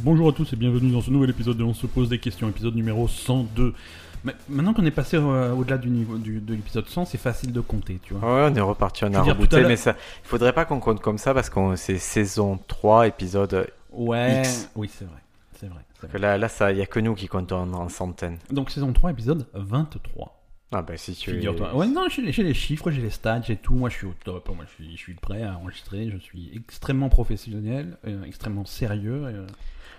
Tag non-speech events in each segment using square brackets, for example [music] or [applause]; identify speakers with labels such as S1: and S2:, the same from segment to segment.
S1: Bonjour à tous et bienvenue dans ce nouvel épisode de On se pose des questions, épisode numéro 102. Ma- Maintenant qu'on est passé euh, au-delà du niveau du- de l'épisode 100, c'est facile de compter, tu vois.
S2: Ouais, on est reparti, on
S1: Je veux
S2: a
S1: dire, tout à
S2: rebooté,
S1: l'heure-
S2: mais ça, il faudrait pas qu'on compte comme ça parce qu'on c'est saison 3, épisode.
S1: Ouais.
S2: X.
S1: Oui, c'est vrai. C'est vrai. c'est
S2: que
S1: vrai.
S2: Là, là, ça, il y a que nous qui comptons en, en centaines.
S1: Donc saison 3, épisode 23.
S2: Ah bah si tu
S1: Figure-toi. Ouais, non, j'ai les- j'ai les chiffres, j'ai les stats, j'ai tout. Moi, je suis au top. Moi, je suis, je suis prêt à enregistrer. Je suis extrêmement professionnel, euh, extrêmement sérieux. et, euh,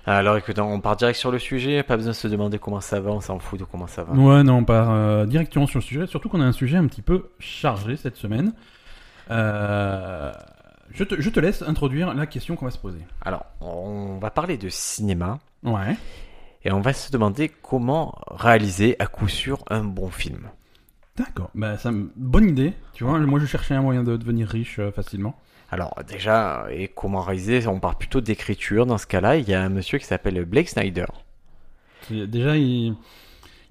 S2: Alors écoute, on part direct sur le sujet, pas besoin de se demander comment ça va, on s'en fout de comment ça va.
S1: Ouais, non, on part euh, directement sur le sujet. Surtout qu'on a un sujet un petit peu chargé cette semaine. Euh, je, te, je te laisse introduire la question qu'on va se poser.
S2: Alors, on va parler de cinéma
S1: Ouais.
S2: et on va se demander comment réaliser à coup sûr un bon film.
S1: D'accord. Bah, ça, me- bonne idée. Tu vois, moi, je cherchais un moyen de devenir riche euh, facilement.
S2: Alors déjà, et comment réaliser, on part plutôt d'écriture. Dans ce cas-là, il y a un monsieur qui s'appelle Blake Snyder.
S1: C'est- Déjà, il,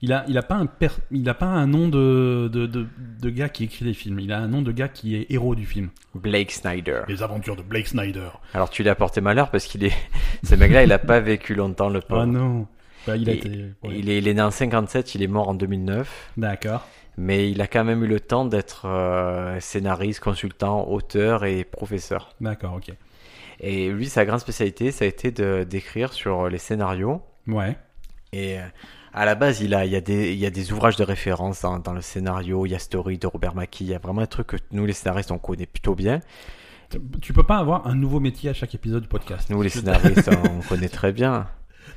S1: il a, il a pas un per- il a pas un nom de, de, de, de gars qui écrit des films. Il a un nom de gars qui est héros du film.
S2: Blake Snyder.
S1: Les aventures de Blake Snyder.
S2: Alors tu lui as porté malheur parce qu'il est, [laughs] ce mec-là, il a pas vécu longtemps le
S1: Oh
S2: pauvre.
S1: non. Bah, il a
S2: Et-
S1: été. ouais.
S2: Il est, il est né en 57, il est mort en 2009,
S1: D'accord.
S2: mais il a quand même eu le temps d'être euh, scénariste, consultant, auteur et professeur.
S1: D'accord. Ok.
S2: Et lui, sa grande spécialité, ça a été de d'écrire sur les scénarios.
S1: Ouais.
S2: Et euh, à la base, il a, il y a des, il y a des ouvrages de référence dans, dans le scénario, il y a Story de Robert Mackie, il y a vraiment un truc que nous les scénaristes on connaît plutôt bien.
S1: Tu- Tu peux pas avoir un nouveau métier à chaque épisode du podcast. [laughs]
S2: Nous les
S1: Tu-
S2: scénaristes on connaît très bien.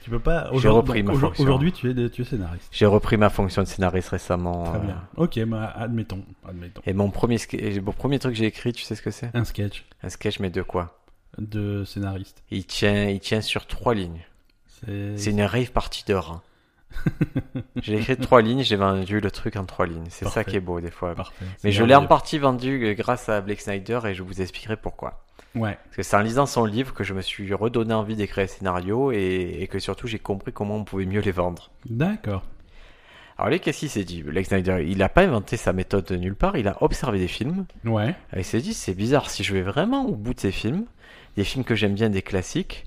S1: Tu peux pas.
S2: J'ai
S1: aujourd'hui-
S2: repris
S1: donc,
S2: ma
S1: aujo-
S2: fonction.
S1: Aujourd'hui, tu es, des- tu es scénariste.
S2: J'ai repris ma fonction de scénariste récemment.
S1: Très
S2: euh,
S1: bien. Ok, bah, admettons, admettons.
S2: Et mon premier, ske- et mon premier truc que j'ai écrit, tu sais ce que c'est
S1: Un sketch
S2: Un sketch, mais de quoi
S1: de scénariste.
S2: Il tient, il tient sur trois lignes.
S1: C'est.
S2: C'est une rave partie
S1: [laughs]
S2: d'heure. j'ai écrit trois lignes, j'ai vendu le truc en trois lignes. C'est ça
S1: Parfait.
S2: qui est beau des fois.
S1: parfait.
S2: Mais
S1: C'est
S2: je l'ai en
S1: merveilleux.
S2: partie vendu euh, grâce à Blake Snyder et je vous expliquerai pourquoi.
S1: Ouais.
S2: Parce que c'est en lisant son livre que je me suis redonné envie d'écrire un scénario et, et que surtout j'ai compris comment on pouvait mieux les vendre.
S1: D'accord.
S2: Alors lui, qu'est-ce qu'il s'est dit Blake Snyder, il n'a pas inventé sa méthode de nulle part, il a observé des films
S1: Ouais.
S2: Et il s'est dit, c'est bizarre, si je vais vraiment au bout de ces films, des films que j'aime bien, des classiques,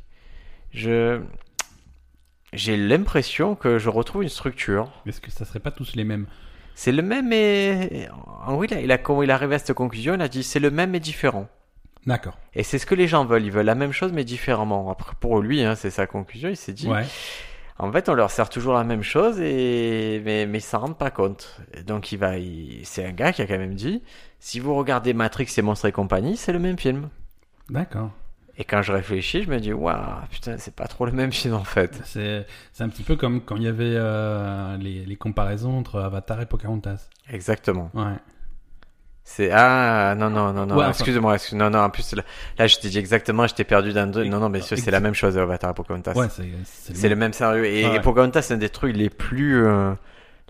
S2: je... j'ai l'impression que je retrouve une structure.
S1: Est-ce que ça serait pas tous les mêmes
S2: C'est le même et... En gros, il a, il a- quand il est arrivé à cette conclusion, il a dit, c'est le même et différent.
S1: D'accord.
S2: Et c'est ce que les gens veulent, ils veulent la même chose mais différemment. Après, pour lui, hein, c'est sa conclusion, il s'est dit,
S1: Ouais.
S2: en fait, on leur sert toujours la même chose, et... mais, mais ils s'en rendent pas compte. Et donc, il va, il- c'est un gars qui a quand même dit, si vous regardez Matrix et Monstres et compagnie, c'est le même film.
S1: D'accord.
S2: Et quand je réfléchis, je me dis, waouh, putain, c'est pas trop le même [laughs] film en fait.
S1: C'est c'est un petit peu comme quand il y avait euh, les, les comparaisons entre Avatar et Pocahontas.
S2: Exactement.
S1: Ouais.
S2: C'est ah non non non non.
S1: Ouais, enfin-
S2: Excuse-moi, excuse- non non. En plus là, là, je t'ai dit exactement, j'étais perdu dans deux. Non non, mais c'est
S1: Ex-
S2: c'est la même chose Avatar et Pocahontas.
S1: Ouais, c'est
S2: Ah, c'est le même sérieux. Et,
S1: Ah ouais.
S2: et Pocahontas, c'est un des trucs les plus euh,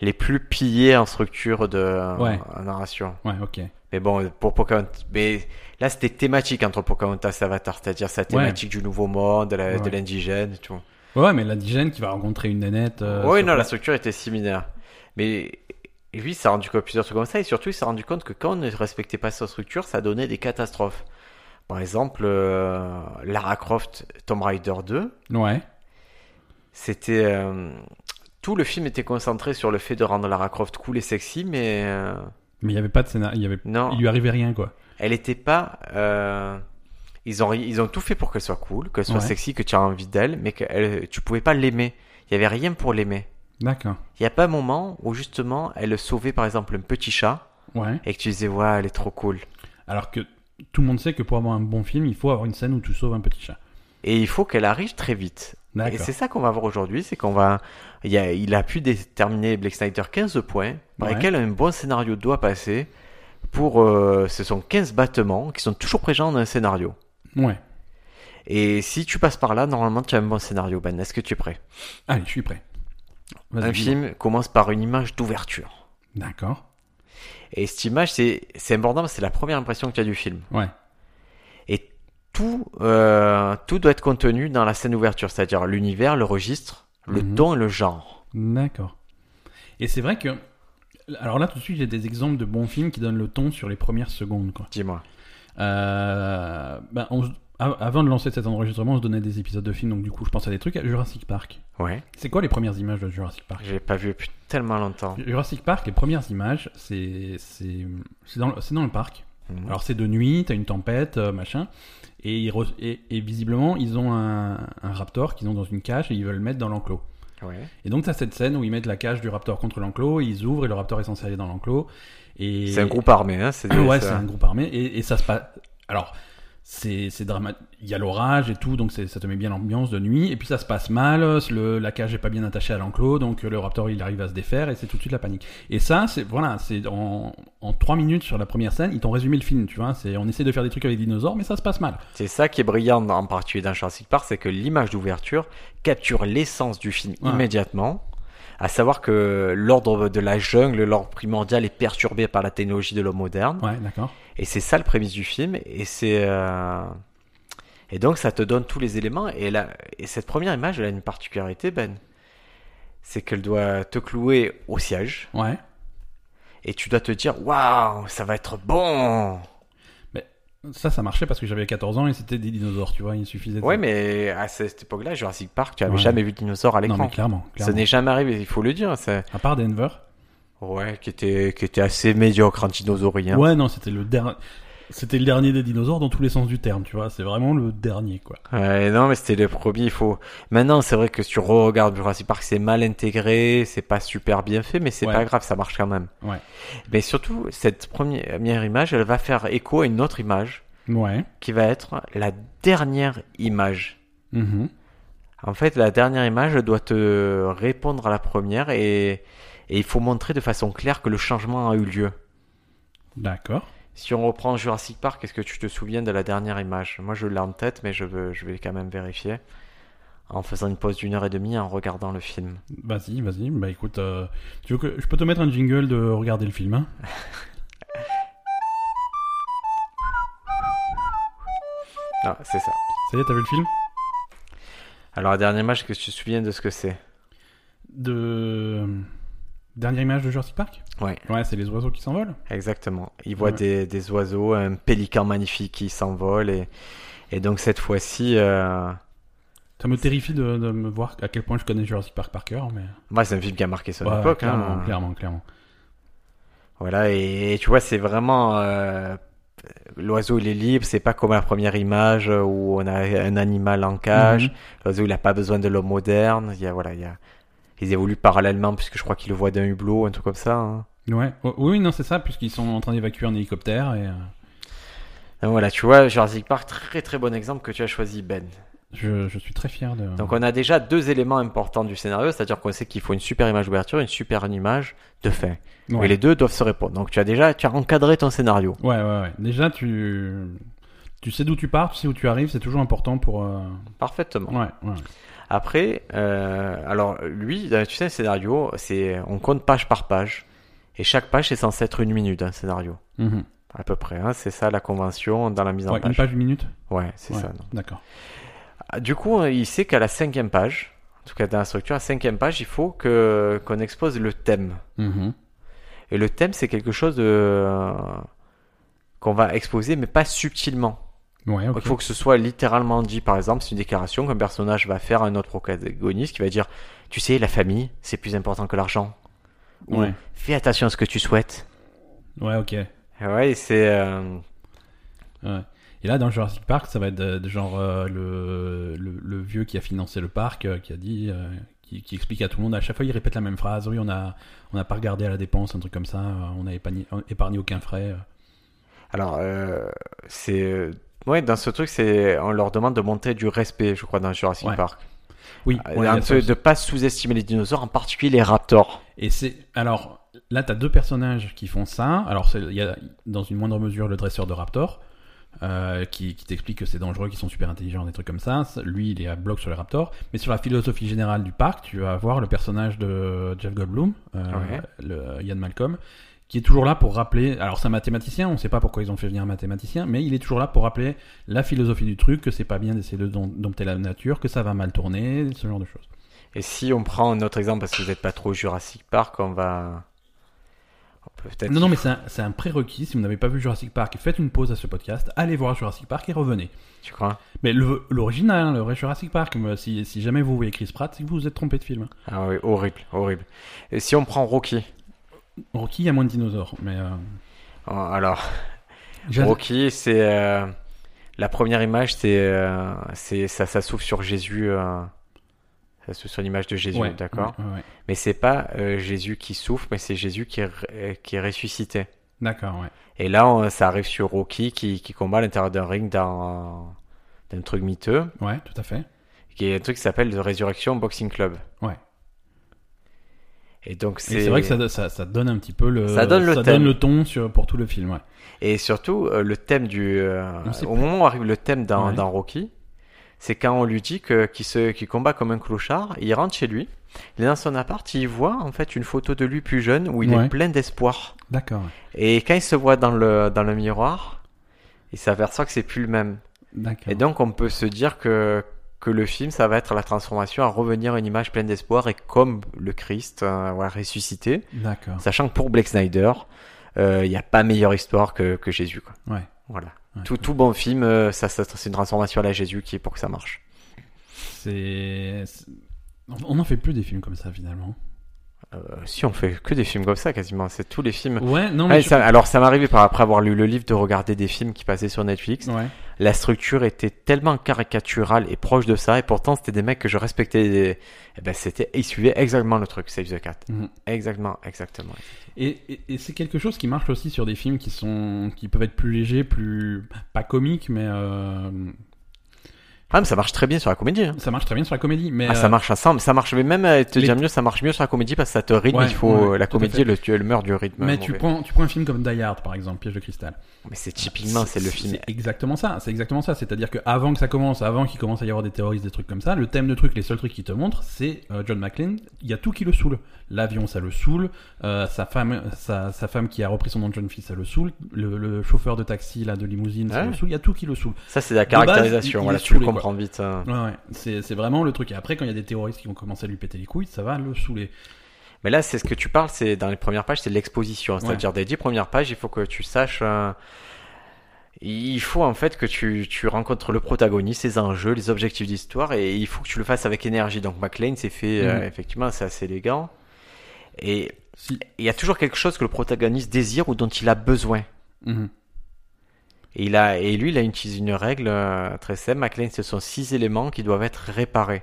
S2: les plus pillés en structure de
S1: Ouais.
S2: en narration.
S1: Ouais, ok.
S2: Mais bon, pour Pocahontas, mais là c'était thématique entre Pocahontas et Avatar, c'est-à-dire sa thématique du nouveau monde, de la-
S1: Ouais.
S2: de l'indigène, et tout.
S1: Ouais, mais l'indigène qui va rencontrer une nénette. euh,
S2: oui,
S1: sur-
S2: non, la structure était similaire. Mais lui, il s'est rendu compte plusieurs trucs comme ça, et surtout, il s'est rendu compte que quand on ne respectait pas sa structure, ça donnait des catastrophes. Par exemple, euh, Lara Croft, Tomb Raider 2,
S1: Ouais.
S2: c'était. euh, tout le film était concentré sur le fait de rendre Lara Croft cool et sexy, mais euh,
S1: Mais il y avait pas de scénario. Il y avait.
S2: non,
S1: Il lui arrivait rien, quoi.
S2: elle n'était pas. euh, ils, ont, ils ont tout fait pour qu'elle soit cool, qu'elle soit
S1: Ouais.
S2: sexy, que tu as envie d'elle, mais que tu pouvais pas l'aimer. Il n'y avait rien pour l'aimer.
S1: D'accord.
S2: Il n'y a pas un moment où justement elle sauvait par exemple un petit chat
S1: Ouais.
S2: et que tu disais ouais elle est trop cool.
S1: Alors que tout le monde sait que pour avoir un bon film, il faut avoir une scène où tu sauves un petit chat.
S2: Et il faut qu'elle arrive très vite. Et
S1: D'accord.
S2: c'est ça qu'on va voir aujourd'hui, c'est qu'on va... Il y a, il a pu déterminer Black Snyder 15 points par
S1: Ouais.
S2: lesquels un bon scénario doit passer pour... euh, ce sont 15 battements qui sont toujours présents dans un scénario.
S1: Ouais.
S2: Et si tu passes par là, normalement tu as un bon scénario Ben, est-ce que tu es prêt
S1: Allez, je suis prêt. Vas-y, dis-moi.
S2: Un film commence par une image d'ouverture.
S1: D'accord.
S2: Et cette image c'est c'est important, parce que c'est la première impression que tu as du film.
S1: Ouais.
S2: Et tout, euh, tout doit être contenu dans la scène d'ouverture, c'est-à-dire l'univers, le registre, le
S1: Mhm.
S2: ton et le genre.
S1: D'accord. Et c'est vrai que. Alors là, tout de suite, j'ai des exemples de bons films qui donnent le ton sur les premières secondes, quoi.
S2: Dis-moi.
S1: Euh, ben, on, a- avant de lancer cet enregistrement, on se donnait des épisodes de films, donc du coup, je pense à des trucs. Jurassic Park.
S2: Ouais.
S1: C'est quoi les premières images de Jurassic Park
S2: J'ai pas vu depuis tellement longtemps.
S1: Jurassic Park, les premières images, c'est c'est c'est dans, le- c'est dans le parc.
S2: Mhm.
S1: Alors c'est de nuit, t'as une tempête, euh, machin, et, ils re- et, et visiblement ils ont un, un raptor qu'ils ont dans une cage et ils veulent le mettre dans l'enclos.
S2: Ouais.
S1: Et donc t'as cette scène où ils mettent la cage du raptor contre l'enclos, ils ouvrent et le raptor est censé aller dans l'enclos. Et
S2: C'est un groupe armé, hein. C'est
S1: [clears throat] ouais,
S2: c'est-
S1: c'est un groupe armé et, et ça se passe. Alors, c'est c'est dramatique. Il y a l'orage et tout, donc c'est- ça te met bien l'ambiance de nuit. Et puis ça se passe mal. Le, la cage est pas bien attachée à l'enclos, donc euh, le raptor il arrive à se défaire et c'est tout de suite la panique. Et ça, c'est voilà, c'est en, en trois minutes sur la première scène, ils t'ont résumé le film, tu vois. C'est on essaie de faire des trucs avec des dinosaures, mais ça se passe mal.
S2: C'est ça qui est brillant en particulier dans Jurassic Park, c'est que l'image d'ouverture capture l'essence du film
S1: Ouais.
S2: immédiatement. À savoir que l'ordre de la jungle, l'ordre primordial est perturbé par la technologie de l'homme moderne.
S1: Ouais, d'accord.
S2: Et c'est ça le prémisse du film. Et c'est euh, et donc ça te donne tous les éléments. Et là, et cette première image, elle a une particularité, Ben, c'est qu'elle doit te clouer au siège.
S1: Ouais.
S2: Et tu dois te dire, waouh, ça va être bon.
S1: Ça, ça marchait parce que j'avais 14 ans et c'était des dinosaures, tu vois. Il suffisait. de-
S2: Ouais, mais à cette époque-là, Jurassic Park, tu n'avais
S1: Ouais.
S2: jamais vu de dinosaure à
S1: non, mais
S2: l'écran.
S1: clairement,
S2: Ça
S1: clairement.
S2: n'est jamais arrivé, il faut le dire. C'est...
S1: À part Denver.
S2: Ouais, qui était, qui était assez médiocre en dinosaurien.
S1: Ouais, non, c'était le dernier. C'était le dernier des dinosaures dans tous les sens du terme, tu vois. C'est vraiment le dernier, quoi.
S2: Ouais, non, mais c'était le premier, il faut... Maintenant, c'est vrai que si tu re-regardes Jurassic Park, c'est mal intégré, c'est pas super bien fait, mais c'est
S1: Ouais.
S2: pas grave, ça marche quand même.
S1: Ouais.
S2: Mais surtout, cette première image, elle va faire écho à une autre image,
S1: Ouais.
S2: qui va être la dernière image.
S1: Mhm.
S2: En fait, la dernière image doit te répondre à la première et, et il faut montrer de façon claire que le changement a eu lieu.
S1: D'accord.
S2: Si on reprend Jurassic Park, est-ce que tu te souviens de la dernière image Moi, je l'ai en tête, mais je, veux, je vais quand même vérifier. En faisant une pause d'une heure et demie, en regardant le film.
S1: Vas-y, vas-y. Bah écoute, euh, tu veux que je peux te mettre un jingle de regarder le film hein
S2: Ah, c'est ça.
S1: Ça y est, t'as vu le film
S2: Alors, la dernière image, est-ce que tu te souviens de ce que c'est
S1: De euh, dernière image de Jurassic Park
S2: Ouais.
S1: Ouais, c'est les oiseaux qui s'envolent.
S2: Exactement. Il voit
S1: Ouais.
S2: des, des oiseaux, un pélican magnifique qui s'envole. Et, et donc, cette fois-ci, euh,
S1: Ça me terrifie de, de me voir à quel point je connais Jurassic Park par cœur, mais.
S2: moi, c'est un film qui a marqué son
S1: Ouais,
S2: époque. hein.
S1: clairement, clairement, clairement.
S2: Voilà, et, et tu vois, c'est vraiment. euh, L'oiseau, il est libre, c'est pas comme la première image où on a un animal en cage.
S1: Mhm.
S2: L'oiseau, il n'a pas besoin de l'homme moderne. Il y a, voilà, il y a... Ils évoluent parallèlement, puisque je crois qu'il le voit d'un hublot, un truc comme ça. hein.
S1: Ouais. Oh, oui, non, c'est ça, puisqu'ils sont en train d'évacuer un hélicoptère et. euh,
S2: Donc voilà, tu vois, Jurassic Park, très très bon exemple que tu as choisi, Ben.
S1: Je, je suis très fier de.
S2: Donc on a déjà deux éléments importants du scénario, c'est-à-dire qu'on sait qu'il faut une super image d'ouverture, une super image de fin.
S1: Ouais.
S2: Et les deux doivent se répondre. Donc tu as déjà, tu as encadré ton scénario.
S1: Ouais, ouais, ouais. Déjà, tu. Tu sais d'où tu pars, tu sais où tu arrives, c'est toujours important pour. euh,
S2: Parfaitement.
S1: Ouais, ouais.
S2: Après, euh, alors lui, euh, tu sais, un scénario, c'est on compte page par page, et chaque page est censée être une minute, un scénario,
S1: Mhm.
S2: à peu près. hein. c'est ça la convention dans la mise en
S1: Ouais, une
S2: page.
S1: page, une minute
S2: Ouais, c'est
S1: Ouais,
S2: ça. non.
S1: D'accord.
S2: Ah, Du coup, euh, il sait qu'à la cinquième page, en tout cas dans la structure, à la cinquième page, il faut que qu'on expose le thème.
S1: Mhm.
S2: Et le thème, c'est quelque chose de euh, qu'on va exposer, mais pas subtilement.
S1: Ouais, ok.
S2: Il faut que ce soit littéralement dit. Par exemple, c'est une déclaration qu'un personnage va faire à un autre protagoniste qui va dire Tu sais, la famille, c'est plus important que l'argent. Ou
S1: Ouais.
S2: Fais attention à ce que tu souhaites.
S1: Ouais, ok.
S2: Et Ouais, et c'est. euh,
S1: Et là, dans Jurassic Park, ça va être euh, de genre euh, le, le, le vieux qui a financé le parc, euh, qui a dit, euh, qui, qui explique à tout le monde, à chaque fois il répète la même phrase, oui, on n'a on a pas regardé à la dépense, un truc comme ça, euh, on n'a épargné, épargné aucun frais. euh.
S2: Alors, euh, c'est. euh, Ouais, dans ce truc, c'est on leur demande de montrer du respect, je crois, dans Jurassic
S1: Ouais.
S2: Park.
S1: Oui,
S2: Euh,
S1: ouais, il y
S2: un
S1: a ça
S2: peu
S1: aussi.
S2: de pas sous-estimer les dinosaures, en particulier les raptors.
S1: Et c'est. Alors, là, t'as deux personnages qui font ça. Alors, c'est- il y a dans une moindre mesure le dresseur de Raptor, euh, qui, qui t'explique que c'est dangereux, qu'ils sont super intelligents, des trucs comme ça. C'est- Lui, il est à bloc sur les Raptors. Mais sur la philosophie générale du parc, tu vas avoir le personnage de Jeff Goldblum, euh,
S2: Ouais.
S1: le- Ian Malcolm, qui est toujours là pour rappeler. Alors, c'est un mathématicien, on sait pas pourquoi ils ont fait venir un mathématicien, mais il est toujours là pour rappeler la philosophie du truc, que c'est pas bien d'essayer de dom- dompter la nature, que ça va mal tourner, ce genre de choses.
S2: Et si on prend un autre exemple, parce que vous n'êtes pas trop Jurassic Park, on va. Peut-être.
S1: Non, non, mais c'est un, c'est un prérequis. Si vous n'avez pas vu Jurassic Park, faites une pause à ce podcast, allez voir Jurassic Park et revenez.
S2: Tu crois
S1: Mais le- l'original, hein, le vrai Jurassic Park, mais si, si jamais vous voyez Chris Pratt, c'est que vous vous êtes trompé de film.
S2: Ah oui, horrible, horrible. Et si on prend Rocky
S1: Rocky, il y a moins de dinosaures, mais... euh,
S2: Oh, Alors,
S1: j'a-
S2: Rocky, c'est. euh, la première image, c'est. euh, c'est- ça, ça s'ouvre sur Jésus. euh, ça s'ouvre sur l'image de Jésus,
S1: ouais,
S2: d'accord
S1: ouais, ouais, ouais.
S2: Mais c'est pas euh, Jésus qui souffre, mais c'est Jésus qui est, r- qui est ressuscité.
S1: D'accord, ouais.
S2: Et là, on- ça arrive sur Rocky qui, qui combat à l'intérieur d'un ring dans, d'un truc miteux,
S1: Ouais, tout à fait.
S2: qui est un truc qui s'appelle The Resurrection Boxing Club.
S1: Ouais.
S2: Et donc
S1: Et
S2: c'est
S1: c'est vrai que ça, do- ça, ça donne un petit peu le...
S2: Ça donne le thème.
S1: ton sur, pour tout le film, ouais.
S2: et surtout euh, le thème du euh,
S1: On sait
S2: au moment où arrive le thème dans,
S1: Ouais.
S2: dans Rocky, c'est quand on lui dit que qu'il se qu'il combat comme un clochard, il rentre chez lui, il est dans son appart, il voit en fait une photo de lui plus jeune où il
S1: Ouais.
S2: est plein d'espoir.
S1: D'accord, ouais.
S2: Et quand il se voit dans le, dans le miroir, il s'aperçoit que c'est plus le même.
S1: D'accord.
S2: Et donc, on peut se dire que, que le film, ça va être la transformation à revenir à une image pleine d'espoir et comme le Christ euh, voilà, ressuscité.
S1: D'accord.
S2: Sachant que pour Blake Snyder, euh, il n'y a pas meilleure histoire que, que Jésus. Quoi.
S1: Ouais.
S2: Voilà.
S1: Ouais.
S2: Tout, tout bon film, euh, ça, ça- c'est une transformation à la Jésus qui est pour que ça marche.
S1: C'est... c'est- On n'en fait plus des films comme ça, finalement.
S2: Euh, si on fait que des films comme ça, quasiment, c'est tous les films.
S1: Ouais, non, mais...
S2: Ouais,
S1: je-
S2: ça- alors, ça m'est arrivé par après avoir lu le livre de regarder des films qui passaient sur Netflix.
S1: Ouais.
S2: la structure était tellement caricaturale et proche de ça, et pourtant c'était des mecs que je respectais. Et, eh ben c'était, ils suivaient exactement le truc, Save the Cat.
S1: Mhm.
S2: Exactement, exactement.
S1: Et, et- et c'est quelque chose qui marche aussi sur des films qui sont qui peuvent être plus légers, plus pas comiques, mais euh,
S2: Ah, mais ça marche très bien sur la comédie. hein.
S1: ça marche très bien sur la comédie. Mais
S2: Ah,
S1: euh,
S2: ça marche ensemble, ça marche mais même euh, te
S1: les-
S2: dire mieux, ça marche mieux sur la comédie parce que ça te rythme.
S1: Ouais,
S2: il faut
S1: ouais,
S2: la
S1: tout à
S2: comédie,
S1: fait.
S2: le, tu- le meurt du rythme.
S1: mais
S2: mauvais.
S1: tu prends tu prends un film comme Die Hard par exemple, Piège de cristal.
S2: Mais c'est typiquement, c'est le film.
S1: C'est exactement ça. C'est exactement ça. C'est-à-dire que avant que ça commence, avant qu'il commence à y avoir des terroristes, des trucs comme ça, le thème de truc, les seuls trucs qu'il te montre, c'est euh, John McClane. Il y a tout qui le saoule. L'avion, ça le saoule. Euh, sa femme, sa, sa femme qui a repris son nom de jeune fille, ça le saoule. Le, le chauffeur de taxi là de limousine, ça
S2: Ah Ouais.
S1: le saoule. Il y a tout qui le saoule.
S2: Ça, c'est la
S1: base, il-
S2: caractérisation.
S1: il
S2: voilà,
S1: est
S2: tu le
S1: saoulé,
S2: comprends vite. hein.
S1: Ouais, ouais. C'est, c'est vraiment le truc. Et après, quand il y a des terroristes qui vont commencer à lui péter les couilles, ça va le saouler.
S2: Mais là, c'est ce que tu parles, c'est dans les premières pages, c'est de l'exposition. hein. C'est-à-dire des dix premières pages, il faut que tu saches. euh, il faut en fait que tu, tu rencontres le protagoniste, ses enjeux, les objectifs d'histoire, et il faut que tu le fasses avec énergie. Donc McLean, c'est fait euh,
S1: Mhm.
S2: effectivement, c'est assez élégant. Et
S1: Si.
S2: il y a toujours quelque chose que le protagoniste désire ou dont il a besoin.
S1: Mhm.
S2: Et, il a, et lui, il a utilisé une règle euh, très simple. McLean, ce sont six éléments qui doivent être réparés.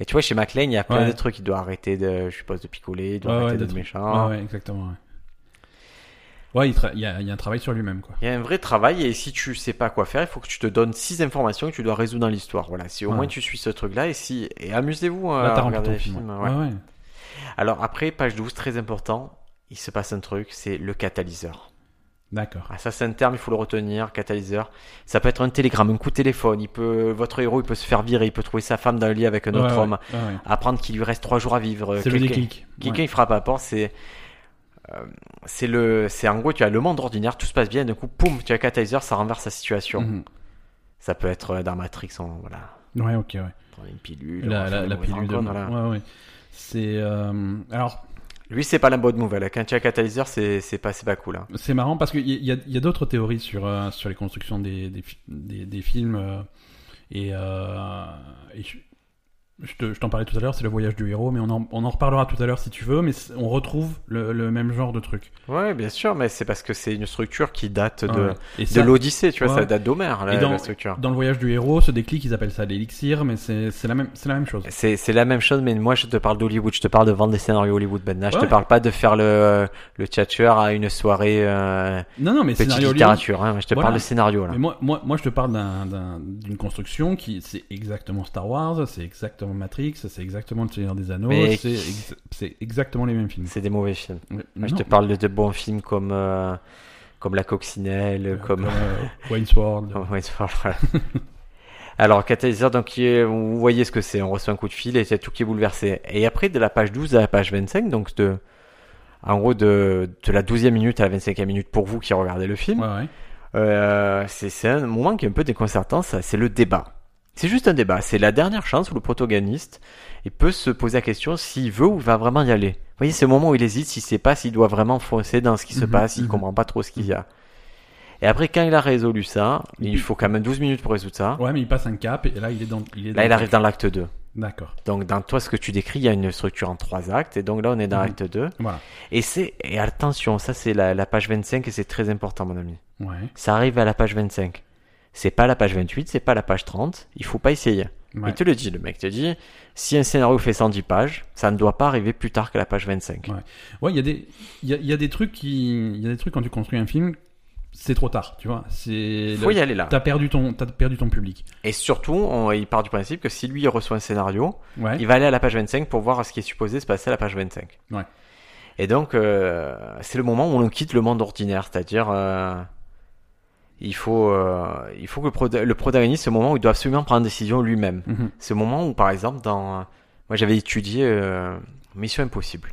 S2: Et tu vois, chez McLean, il y a plein
S1: Ouais.
S2: de trucs. Il doit arrêter de, je suppose, de picoler, il doit
S1: Ouais, ouais,
S2: arrêter
S1: des
S2: d'être
S1: trucs.
S2: méchant.
S1: Ouais, ouais, exactement. Ouais, Ouais, il, tra- il y a, il y a un travail sur lui-même, quoi.
S2: Il y a un vrai travail et si tu sais pas quoi faire, il faut que tu te donnes six informations que tu dois résoudre dans l'histoire. Voilà, si au
S1: Ouais.
S2: moins tu suis ce truc-là et si et amusez-vous euh,
S1: Là,
S2: à
S1: t'as rempli
S2: regarder
S1: ton
S2: les
S1: film.
S2: films.
S1: ouais.
S2: ouais.
S1: Ouais, ouais.
S2: Alors après page 12 très important, il se passe un truc, c'est le catalyseur.
S1: D'accord.
S2: Ah ça c'est un terme, il faut le retenir, catalyseur. Ça peut être un télégramme, un coup de téléphone, il peut votre héros il peut se faire virer, il peut trouver sa femme dans le lit avec un autre
S1: Ouais, ouais,
S2: homme,
S1: ouais, ouais.
S2: apprendre qu'il lui reste trois jours à vivre.
S1: C'est le
S2: quelqu'un-
S1: déclic.
S2: Quelqu'un
S1: Ouais.
S2: il frappe à la porte, c'est euh, c'est le c'est en gros tu as le monde ordinaire, tout se passe bien, et d'un coup poum, tu as un catalyseur, ça renverse la situation.
S1: Mhm.
S2: Ça peut être euh, dans Matrix, on, voilà,
S1: Ouais, ok, ouais.
S2: prendre une pilule. on
S1: La,
S2: fait
S1: la-
S2: une
S1: la
S2: mauvaise
S1: pilule de.
S2: rencontre, voilà.
S1: Ouais, ouais. C'est. euh, Alors,
S2: Lui, c'est pas la bonne nouvelle. Quand tu as catalyseur, c'est c'est pas, c'est pas cool. hein.
S1: c'est marrant parce qu'il y a, il y a d'autres théories sur, euh, sur les constructions des, des, fi- des- des films. euh, et euh, et je, je te- je t'en parlais tout à l'heure, c'est le voyage du héros, mais on en, on en reparlera tout à l'heure si tu veux. Mais c'est- on retrouve le, le même genre de truc.
S2: Ouais, bien sûr, mais c'est parce que c'est une structure qui date
S1: Ah
S2: de,
S1: ouais. Et
S2: de
S1: ça,
S2: l'Odyssée, tu vois,
S1: Ouais.
S2: ça date d'Homère,
S1: Et
S2: la,
S1: dans-
S2: la structure.
S1: dans le voyage du héros, ce déclic, ils appellent ça l'élixir, mais c'est c'est la, même- c'est la même chose.
S2: C'est c'est la même chose, mais moi je te parle d'Hollywood, je te parle de vendre des scénarios Hollywood, Ben. Là, je
S1: Ouais.
S2: te parle pas de faire le, le tchatcheur à une soirée euh,
S1: Non, non, mais
S2: petite
S1: scénario Hollywood,
S2: littérature. hein. Je te
S1: Voilà.
S2: parle de scénario, là.
S1: Mais moi, moi, moi, je te parle d'un- d'un- d'une construction qui, c'est exactement Star Wars, c'est exactement Matrix, c'est exactement Le Seigneur des Anneaux,
S2: Mais-
S1: c'est ex- c'est exactement les mêmes films.
S2: C'est des mauvais films. Moi, je
S1: Ah Non.
S2: te parle de, de bons films comme, euh, comme La Coccinelle, comme
S1: euh, Wayne's World.
S2: Oh, [laughs] ouais, c'est pas- voilà. Alors, catalyseur, donc, il est- vous voyez ce que c'est. On reçoit un coup de fil et c'est tout qui est bouleversé. Et après, de la page 12 à la page 25, donc, de, en gros, de, de la 12e minute à la 25e minute pour vous qui regardez le film,
S1: Ouais, ouais.
S2: euh, c'est c'est un moment qui est un peu déconcertant, ça, c'est le débat. C'est juste un débat. C'est la dernière chance où le protagoniste il peut se poser la question s'il veut ou va vraiment y aller. Vous voyez, c'est le moment où il hésite, s'il sait pas s'il doit vraiment foncer dans ce qui se
S1: Mhm,
S2: passe, s'il
S1: mhm.
S2: comprend pas trop ce qu'il y a. Et après, quand il a résolu ça,
S1: Et
S2: il
S1: puis-
S2: faut quand même 12 minutes pour résoudre ça.
S1: Ouais, mais il passe un cap et là, il est dans. Il est
S2: Là, il arrive dans l'acte 2.
S1: D'accord.
S2: Donc, dans toi, ce que tu décris, il y a une structure en trois actes. Et donc, là, on est dans
S1: Mhm.
S2: l'acte 2.
S1: Voilà.
S2: Et c'est, et attention, ça, c'est la, la page 25 et c'est très important, mon ami.
S1: Ouais.
S2: Ça arrive à la page 25. C'est pas la page 28, c'est pas la page 30. Il faut pas essayer.
S1: Ouais.
S2: Il te le dit, le mec te dit, si un scénario fait 110 pages, ça ne doit pas arriver plus tard que la page 25.
S1: Ouais. Ouais, il y a des, il y a, il y a des trucs qui, il y a des trucs quand tu construis un film, c'est trop tard, tu vois. C'est.
S2: Il faut
S1: le-
S2: y aller là.
S1: T'as perdu ton, t'as perdu ton public.
S2: Et surtout, on- il part du principe que si lui il reçoit un scénario,
S1: Ouais.
S2: il va aller à la page 25 pour voir ce qui est supposé se passer à la page 25.
S1: Ouais.
S2: Et donc, euh, c'est le moment où on quitte le monde ordinaire, c'est-à-dire, euh, il faut, euh, il faut que le, proda- le protagoniste, ce moment où il doit absolument prendre une décision lui-même.
S1: Mhm.
S2: C'est le moment où, par exemple, dans, moi j'avais étudié euh, Mission Impossible.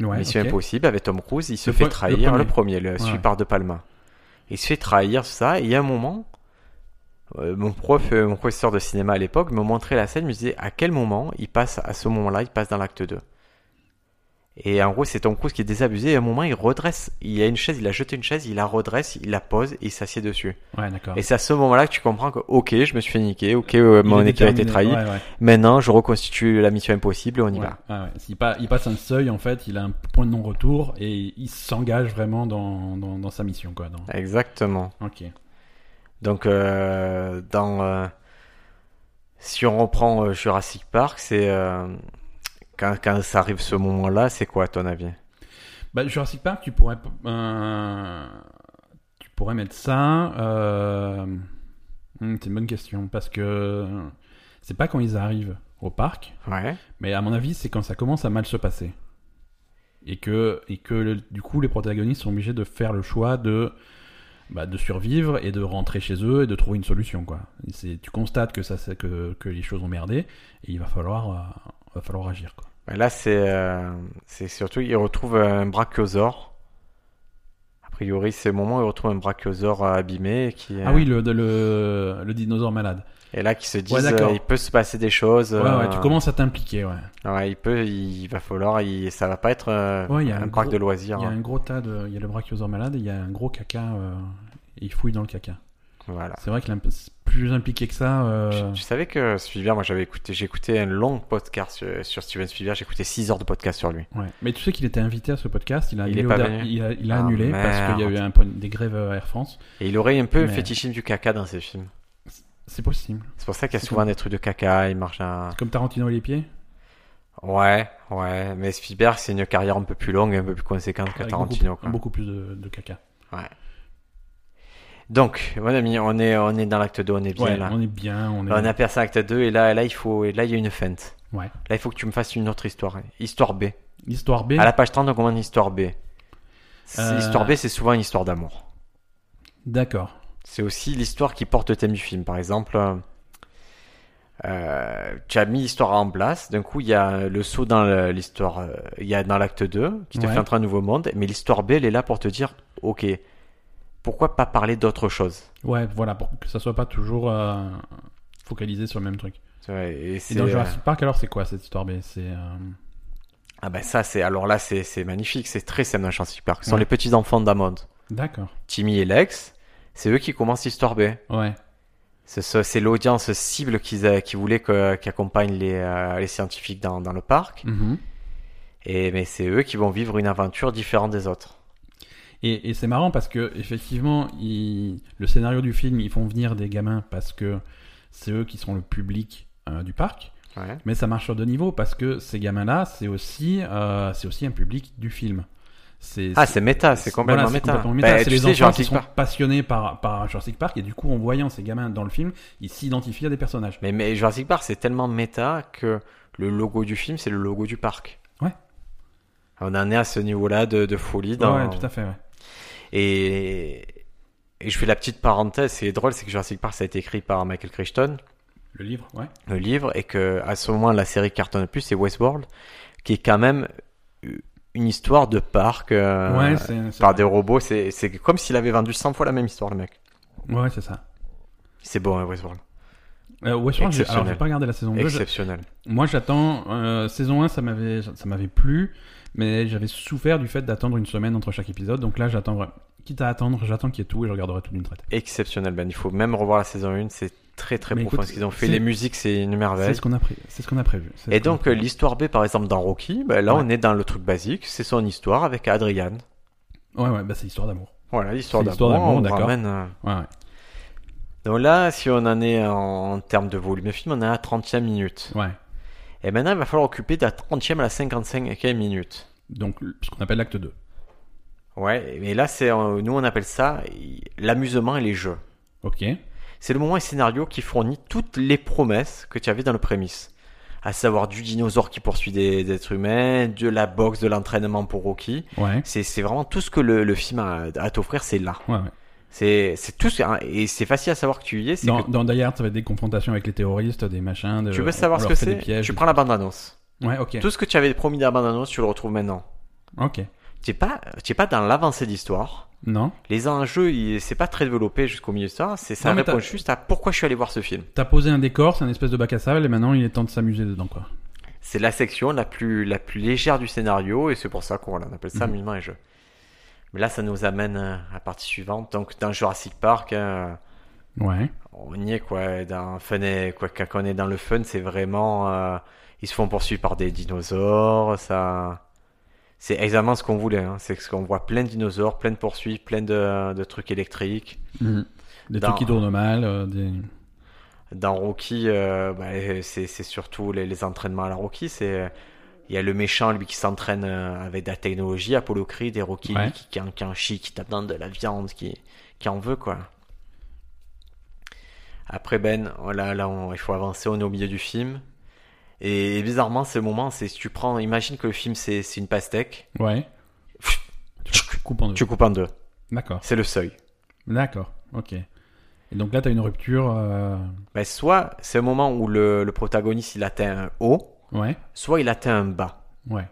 S1: Ouais,
S2: Mission
S1: ok.
S2: Impossible avec Tom Cruise, il se
S1: Le
S2: fait
S1: pre-
S2: trahir,
S1: le
S2: le premier, le,
S1: ouais.
S2: suivi par De Palma. Il se fait trahir ça, et il y a un moment, euh, mon prof, euh, mon professeur de cinéma à l'époque me montrait la scène, me disait à quel moment il passe, à ce moment-là, il passe dans l'acte 2. Et en gros, c'est Tom Cruise qui est désabusé, et à un moment, il redresse, il y a une chaise, il a jeté une chaise, il la redresse, il la pose, et il s'assied dessus.
S1: Ouais, d'accord.
S2: Et c'est à ce moment-là que tu comprends que, ok, je me suis fait niquer, ok, euh,
S1: Ah. Il
S2: mon
S1: est
S2: équipe a été
S1: déterminé.
S2: trahi,
S1: Ouais, ouais.
S2: maintenant, je reconstitue la mission impossible, et on y
S1: Ouais,
S2: va.
S1: ouais, ouais. S'il pa- il passe un seuil, en fait, il a un point de non-retour et il s'engage vraiment dans, dans, dans sa mission. Quoi, dans-
S2: Exactement.
S1: Ok.
S2: Donc, euh, dans. euh, si on reprend euh, Jurassic Park, c'est. euh, quand, quand ça arrive ce moment-là, c'est quoi à ton avis
S1: Bah, Jurassic Park, tu pourrais, p- euh, tu pourrais mettre ça. euh, hum, C'est une bonne question parce que c'est pas quand ils arrivent au parc,
S2: Ouais.
S1: mais à mon avis, c'est quand ça commence à mal se passer. Et que, et que le- du coup, les protagonistes sont obligés de faire le choix de, bah, de survivre et de rentrer chez eux et de trouver une solution. Quoi. Et c'est- Tu constates que, ça, c'est- que, que les choses ont merdé et il va falloir, euh, va falloir agir. Quoi.
S2: Bah là, c'est. euh, c'est surtout. Il retrouve un brachiosaure. A priori, c'est le moment où il retrouve un brachiosaure euh, abîmé. Qui, euh,
S1: Ah oui, le, le, le dinosaure malade.
S2: Et là, qui se disent.
S1: d'accord.
S2: euh, il peut se passer des choses.
S1: Ouais, ouais, tu
S2: euh,
S1: commences à t'impliquer, ouais.
S2: ouais, il peut. Il, va falloir. Il, ça va pas être euh,
S1: Ouais, il y a
S2: un,
S1: un
S2: parc
S1: gros-
S2: de loisirs. hein.
S1: Il y a un gros tas de. Il y a le brachiosaure malade et il y a un gros caca. euh, et il fouille dans le caca.
S2: Voilà.
S1: C'est vrai qu'il est un peu- c'est plus impliqué que ça. euh,
S2: Ah. Tu, tu savais que Spielberg, moi j'avais écouté, j'ai écouté un long podcast sur, sur Steven Spielberg, j'ai écouté 6 heures de podcast sur lui.
S1: ouais. Mais tu sais qu'il était invité à ce podcast. Il a
S2: Il
S1: annulé,
S2: est pas
S1: au der-
S2: venu.
S1: il a, il a
S2: Ah,
S1: annulé parce qu'il y a eu
S2: merde.
S1: un point- des grèves à Air France.
S2: Et il aurait un peu le
S1: Mais-
S2: fétichisme du caca dans ses films.
S1: C'est possible.
S2: C'est pour ça qu'il y a
S1: C'est
S2: souvent des trucs de caca, il marche un...
S1: Comme Tarantino et les pieds.
S2: Ouais, ouais, mais Spielberg c'est une carrière un peu plus longue et un peu plus conséquente que
S1: avec
S2: Tarantino.
S1: beaucoup,
S2: quoi.
S1: beaucoup plus de, de caca.
S2: Donc, mon ami, on est, on est dans l'acte 2, on est bien
S1: Ouais,
S2: là.
S1: on est bien. On est...
S2: On a percé l'acte 2 et là, là, il faut, et là, il y a une feinte.
S1: Ouais.
S2: Là, il faut que tu me fasses une autre histoire. hein. Histoire B.
S1: L'histoire B.
S2: À la page 30, on commande histoire B. C'est-
S1: Euh.
S2: Histoire B, c'est souvent une histoire d'amour.
S1: D'accord.
S2: C'est aussi l'histoire qui porte le thème du film. Par exemple, euh, euh, tu as mis l'histoire en place. D'un coup, il y a le saut dans le- l'histoire. euh, Il y a dans l'acte 2 qui te
S1: Ouais.
S2: fait entrer un nouveau monde. Mais l'histoire B, elle est là pour te dire Ok, pourquoi pas parler d'autre chose
S1: Ouais, voilà, pour que ça soit pas toujours euh, focalisé sur le même truc.
S2: Tu vois, Et
S1: Et
S2: c'est.
S1: dans
S2: euh,
S1: Jurassic Park, alors c'est quoi cette histoire B C'est euh,
S2: Ah ben ça, c'est. Alors là, c'est c'est magnifique. C'est très simple dans Jurassic Park. Ce sont
S1: Ouais.
S2: les petits-enfants d'Amond.
S1: d'accord.
S2: Timmy et Lex, c'est eux qui commencent l'histoire B.
S1: Ouais,
S2: C'est ce- c'est l'audience cible qu'ils euh, qui voulaient que- qui accompagne les, euh, les scientifiques dans, dans le parc.
S1: Mhm.
S2: Et mais c'est eux qui vont vivre une aventure différente des autres.
S1: Et, et c'est marrant parce que effectivement, ils- le scénario du film, ils font venir des gamins parce que c'est eux qui sont le public euh, du parc.
S2: Ouais.
S1: Mais ça marche sur deux niveaux parce que ces gamins-là, c'est aussi, euh, c'est aussi un public du film. C'est
S2: Ah, c'est méta, c'est complètement
S1: voilà, c'est
S2: méta.
S1: complètement méta.
S2: Bah,
S1: c'est
S2: tu
S1: les
S2: sais,
S1: enfants qui
S2: Jurassic
S1: sont
S2: Park.
S1: passionnés par, par Jurassic Park et du coup, en voyant ces gamins dans le film, ils s'identifient à des personnages.
S2: Mais, mais Jurassic Park, c'est tellement méta que le logo du film, c'est le logo du parc.
S1: Ouais.
S2: On en est à ce niveau-là de, de folie. Dans...
S1: Ouais, tout à fait. ouais.
S2: Et... et je fais la petite parenthèse, c'est drôle, c'est que Jurassic Park, ça a été écrit par Michael Crichton,
S1: Le livre, ouais.
S2: le livre, et que à ce moment, la série cartonne plus, c'est Westworld, qui est quand même euh, une histoire de parc euh,
S1: ouais, c'est c'est-
S2: par des robots. C'est c'est comme s'il avait vendu 100 fois la même histoire, le mec.
S1: ouais, c'est ça.
S2: C'est bon, hein, Westworld.
S1: Euh, Westworld, j'ai- alors
S2: Exceptionnel.
S1: j'ai pas regardé la saison 2. je-
S2: Exceptionnel.
S1: Moi j'attends. euh, saison 1, ça m'avait ça m'avait plu, mais j'avais souffert du fait d'attendre une semaine entre chaque épisode. Donc là, j'attends. vraiment- Quitte à attendre, j'attends qu'il y ait tout et je regarderai tout d'une traite.
S2: Exceptionnel, Ben. Il faut même revoir la saison 1. C'est très très
S1: Mais
S2: profond
S1: écoute,
S2: ce qu'ils ont fait.
S1: c'est-
S2: Les musiques, c'est une
S1: C'est
S2: merveille.
S1: ce qu'on a, pré- c'est ce qu'on a prévu. c'est ce
S2: Et
S1: qu'on a
S2: donc, euh,
S1: prévu.
S2: l'histoire B, par exemple, dans Rocky, bah, là,
S1: Ouais.
S2: on est dans le truc basique. C'est son histoire avec Adrian. euh,
S1: Ouais, ouais, bah, c'est l'histoire d'amour.
S2: Voilà, l'histoire
S1: C'est l'histoire
S2: d'amour.
S1: d'amour,
S2: on
S1: d'accord.
S2: ramène, euh,
S1: Ouais, ouais.
S2: Donc là, si on en est en, en termes de volume de film, on est à 30e minute.
S1: ouais.
S2: Et maintenant, il va falloir occuper de la 30e à la 55e minute.
S1: Donc, ce qu'on appelle l'acte 2.
S2: Ouais, mais là, c'est, euh, nous, on appelle ça euh, l'amusement et les jeux.
S1: Ok.
S2: C'est le moment et scénario qui fournit toutes les promesses que tu avais dans le prémisse. À savoir du dinosaure qui poursuit des, des êtres humains, de la boxe, de l'entraînement pour Rocky.
S1: Ouais.
S2: C'est c'est vraiment tout ce que le, le film a à t'offrir, c'est là.
S1: Ouais, ouais.
S2: C'est c'est tout ce, hein, et c'est facile à savoir que tu y es. c'est
S1: Dans,
S2: que
S1: dans Die Hard, ça va être des confrontations avec les terroristes, des machins. de-
S2: tu veux
S1: on-
S2: savoir
S1: euh, on
S2: ce
S1: leur
S2: que
S1: fait des
S2: c'est
S1: pièges,
S2: Tu
S1: des-
S2: prends la bande-annonce.
S1: Ouais, ok.
S2: Tout ce que tu avais promis dans la bande-annonce, tu le retrouves maintenant.
S1: Ok.
S2: Tu n'es pas, t'es pas dans l'avancée de l'histoire.
S1: Non.
S2: Les enjeux, ils- c'est pas très développé jusqu'au milieu de ça. C'est ça
S1: Non, mais
S2: répond
S1: t'as-
S2: juste à pourquoi je suis allé voir ce film.
S1: T'as posé un décor, c'est un espèce de bac à sable, et maintenant il est temps de s'amuser dedans, quoi.
S2: C'est la section la plus, la plus légère du scénario et c'est pour ça qu'on voilà, on appelle ça
S1: Mhm.
S2: amusement et jeu. Mais là, ça nous amène euh, à la partie suivante. Donc, dans Jurassic Park, hein,
S1: Ouais.
S2: on y est quoi. Dans fun et, quoi quand on est dans le fun, c'est vraiment euh, ils se font poursuivre par des dinosaures. Ça, c'est exactement ce qu'on voulait. hein. C'est ce qu'on voit plein de dinosaures, plein de poursuites, plein de, de trucs électriques.
S1: Des
S2: Mm-hmm. Dans-
S1: trucs qui tournent mal, euh, des...
S2: Dans Rocky, euh, bah, c'est c'est surtout les, les entraînements à la Rocky. C'est il y a le méchant lui qui s'entraîne euh, avec de la technologie, Apollo Creed et Rocky
S1: Ouais.
S2: qui, qui, en- qui en chie, qui tape dans de la viande, qui, qui en veut quoi. Après Ben, oh là là, on- il faut avancer, on est au milieu du film. Et, bizarrement, ce moment, c'est si tu prends, imagine que le film c'est c'est une pastèque,
S1: Ouais. Tu coupes en deux.
S2: tu coupes en deux.
S1: D'accord.
S2: C'est le seuil.
S1: D'accord. Ok. Et donc là, t'as une rupture. euh,
S2: Ben, soit c'est un moment où le, le protagoniste il atteint un haut,
S1: Ouais.
S2: soit il atteint un bas.
S1: Ouais.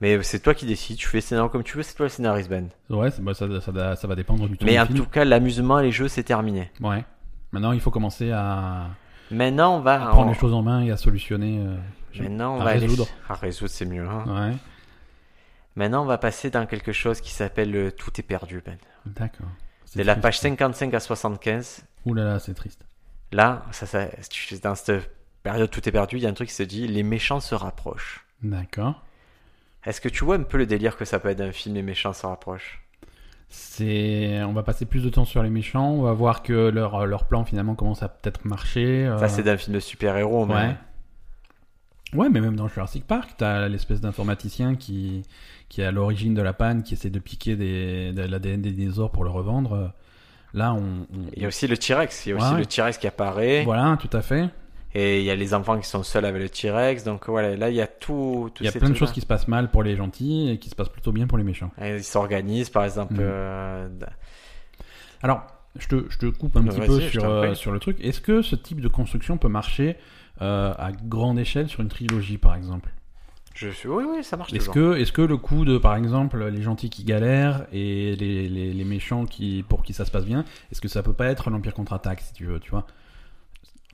S2: Mais c'est toi qui décides, tu fais le scénario comme tu veux, c'est toi le scénariste Ben.
S1: Ouais, c'est- bah, ça, ça- ça va dépendre du temps
S2: Mais
S1: du
S2: en
S1: film.
S2: tout cas, l'amusement, les jeux, c'est terminé.
S1: Ouais. Maintenant, il faut commencer à,
S2: Maintenant, on
S1: à
S2: va.
S1: prendre
S2: Ah, on-
S1: les choses en main et à solutionner. euh, je-
S2: Maintenant, on
S1: à
S2: va aller-
S1: résoudre.
S2: À résoudre, c'est mieux. hein.
S1: Ouais.
S2: Maintenant, on va passer dans quelque chose qui s'appelle euh, Tout est perdu, Ben.
S1: D'accord.
S2: De la
S1: triste.
S2: page 55 à 75,
S1: Ouh là là, c'est triste.
S2: là, ça, ça- tu- dans cette période Tout est perdu, il y a un truc qui se dit Les méchants se rapprochent.
S1: D'accord.
S2: Est-ce que tu vois un peu le délire que ça peut être d'un film Les méchants se rapprochent
S1: C'est, on va passer plus de temps sur les méchants. On va voir que leur, leur plan finalement commence à peut-être marcher. euh,
S2: Ça, c'est d'un film de super-héros, mais.
S1: ouais. Ouais, mais même dans Jurassic Park, t'as l'espèce d'informaticien qui, qui est à l'origine de la panne, qui essaie de piquer des, de l'ADN des dinosaures pour le revendre. Là, on, on-
S2: Il y a aussi le T-Rex, il y a aussi
S1: Ouais.
S2: le T-Rex qui apparaît.
S1: voilà, tout à fait.
S2: Et il y a les enfants qui sont seuls avec le T-Rex. Donc voilà, là, il y a tout. tout
S1: Il y a
S2: ces
S1: plein de
S2: trucs-là.
S1: choses qui se passent mal pour les gentils et qui se passent plutôt bien pour les méchants.
S2: Et Ils s'organisent, par exemple.
S1: Mm.
S2: euh,
S1: Alors, je te, je te coupe un
S2: Non,
S1: petit
S2: Bah, vas-y,
S1: peu
S2: je
S1: sur,
S2: t'en
S1: euh,
S2: prie.
S1: sur le truc. Est-ce que ce type de construction peut marcher euh, à grande échelle sur une trilogie, par exemple
S2: je suis... Oui, oui, ça marche
S1: Est-ce
S2: toujours.
S1: que, est que le coup de, par exemple, les gentils qui galèrent et les, les, les méchants qui, pour qui ça se passe bien, est-ce que ça peut pas être l'Empire contre-attaque, si tu veux, tu vois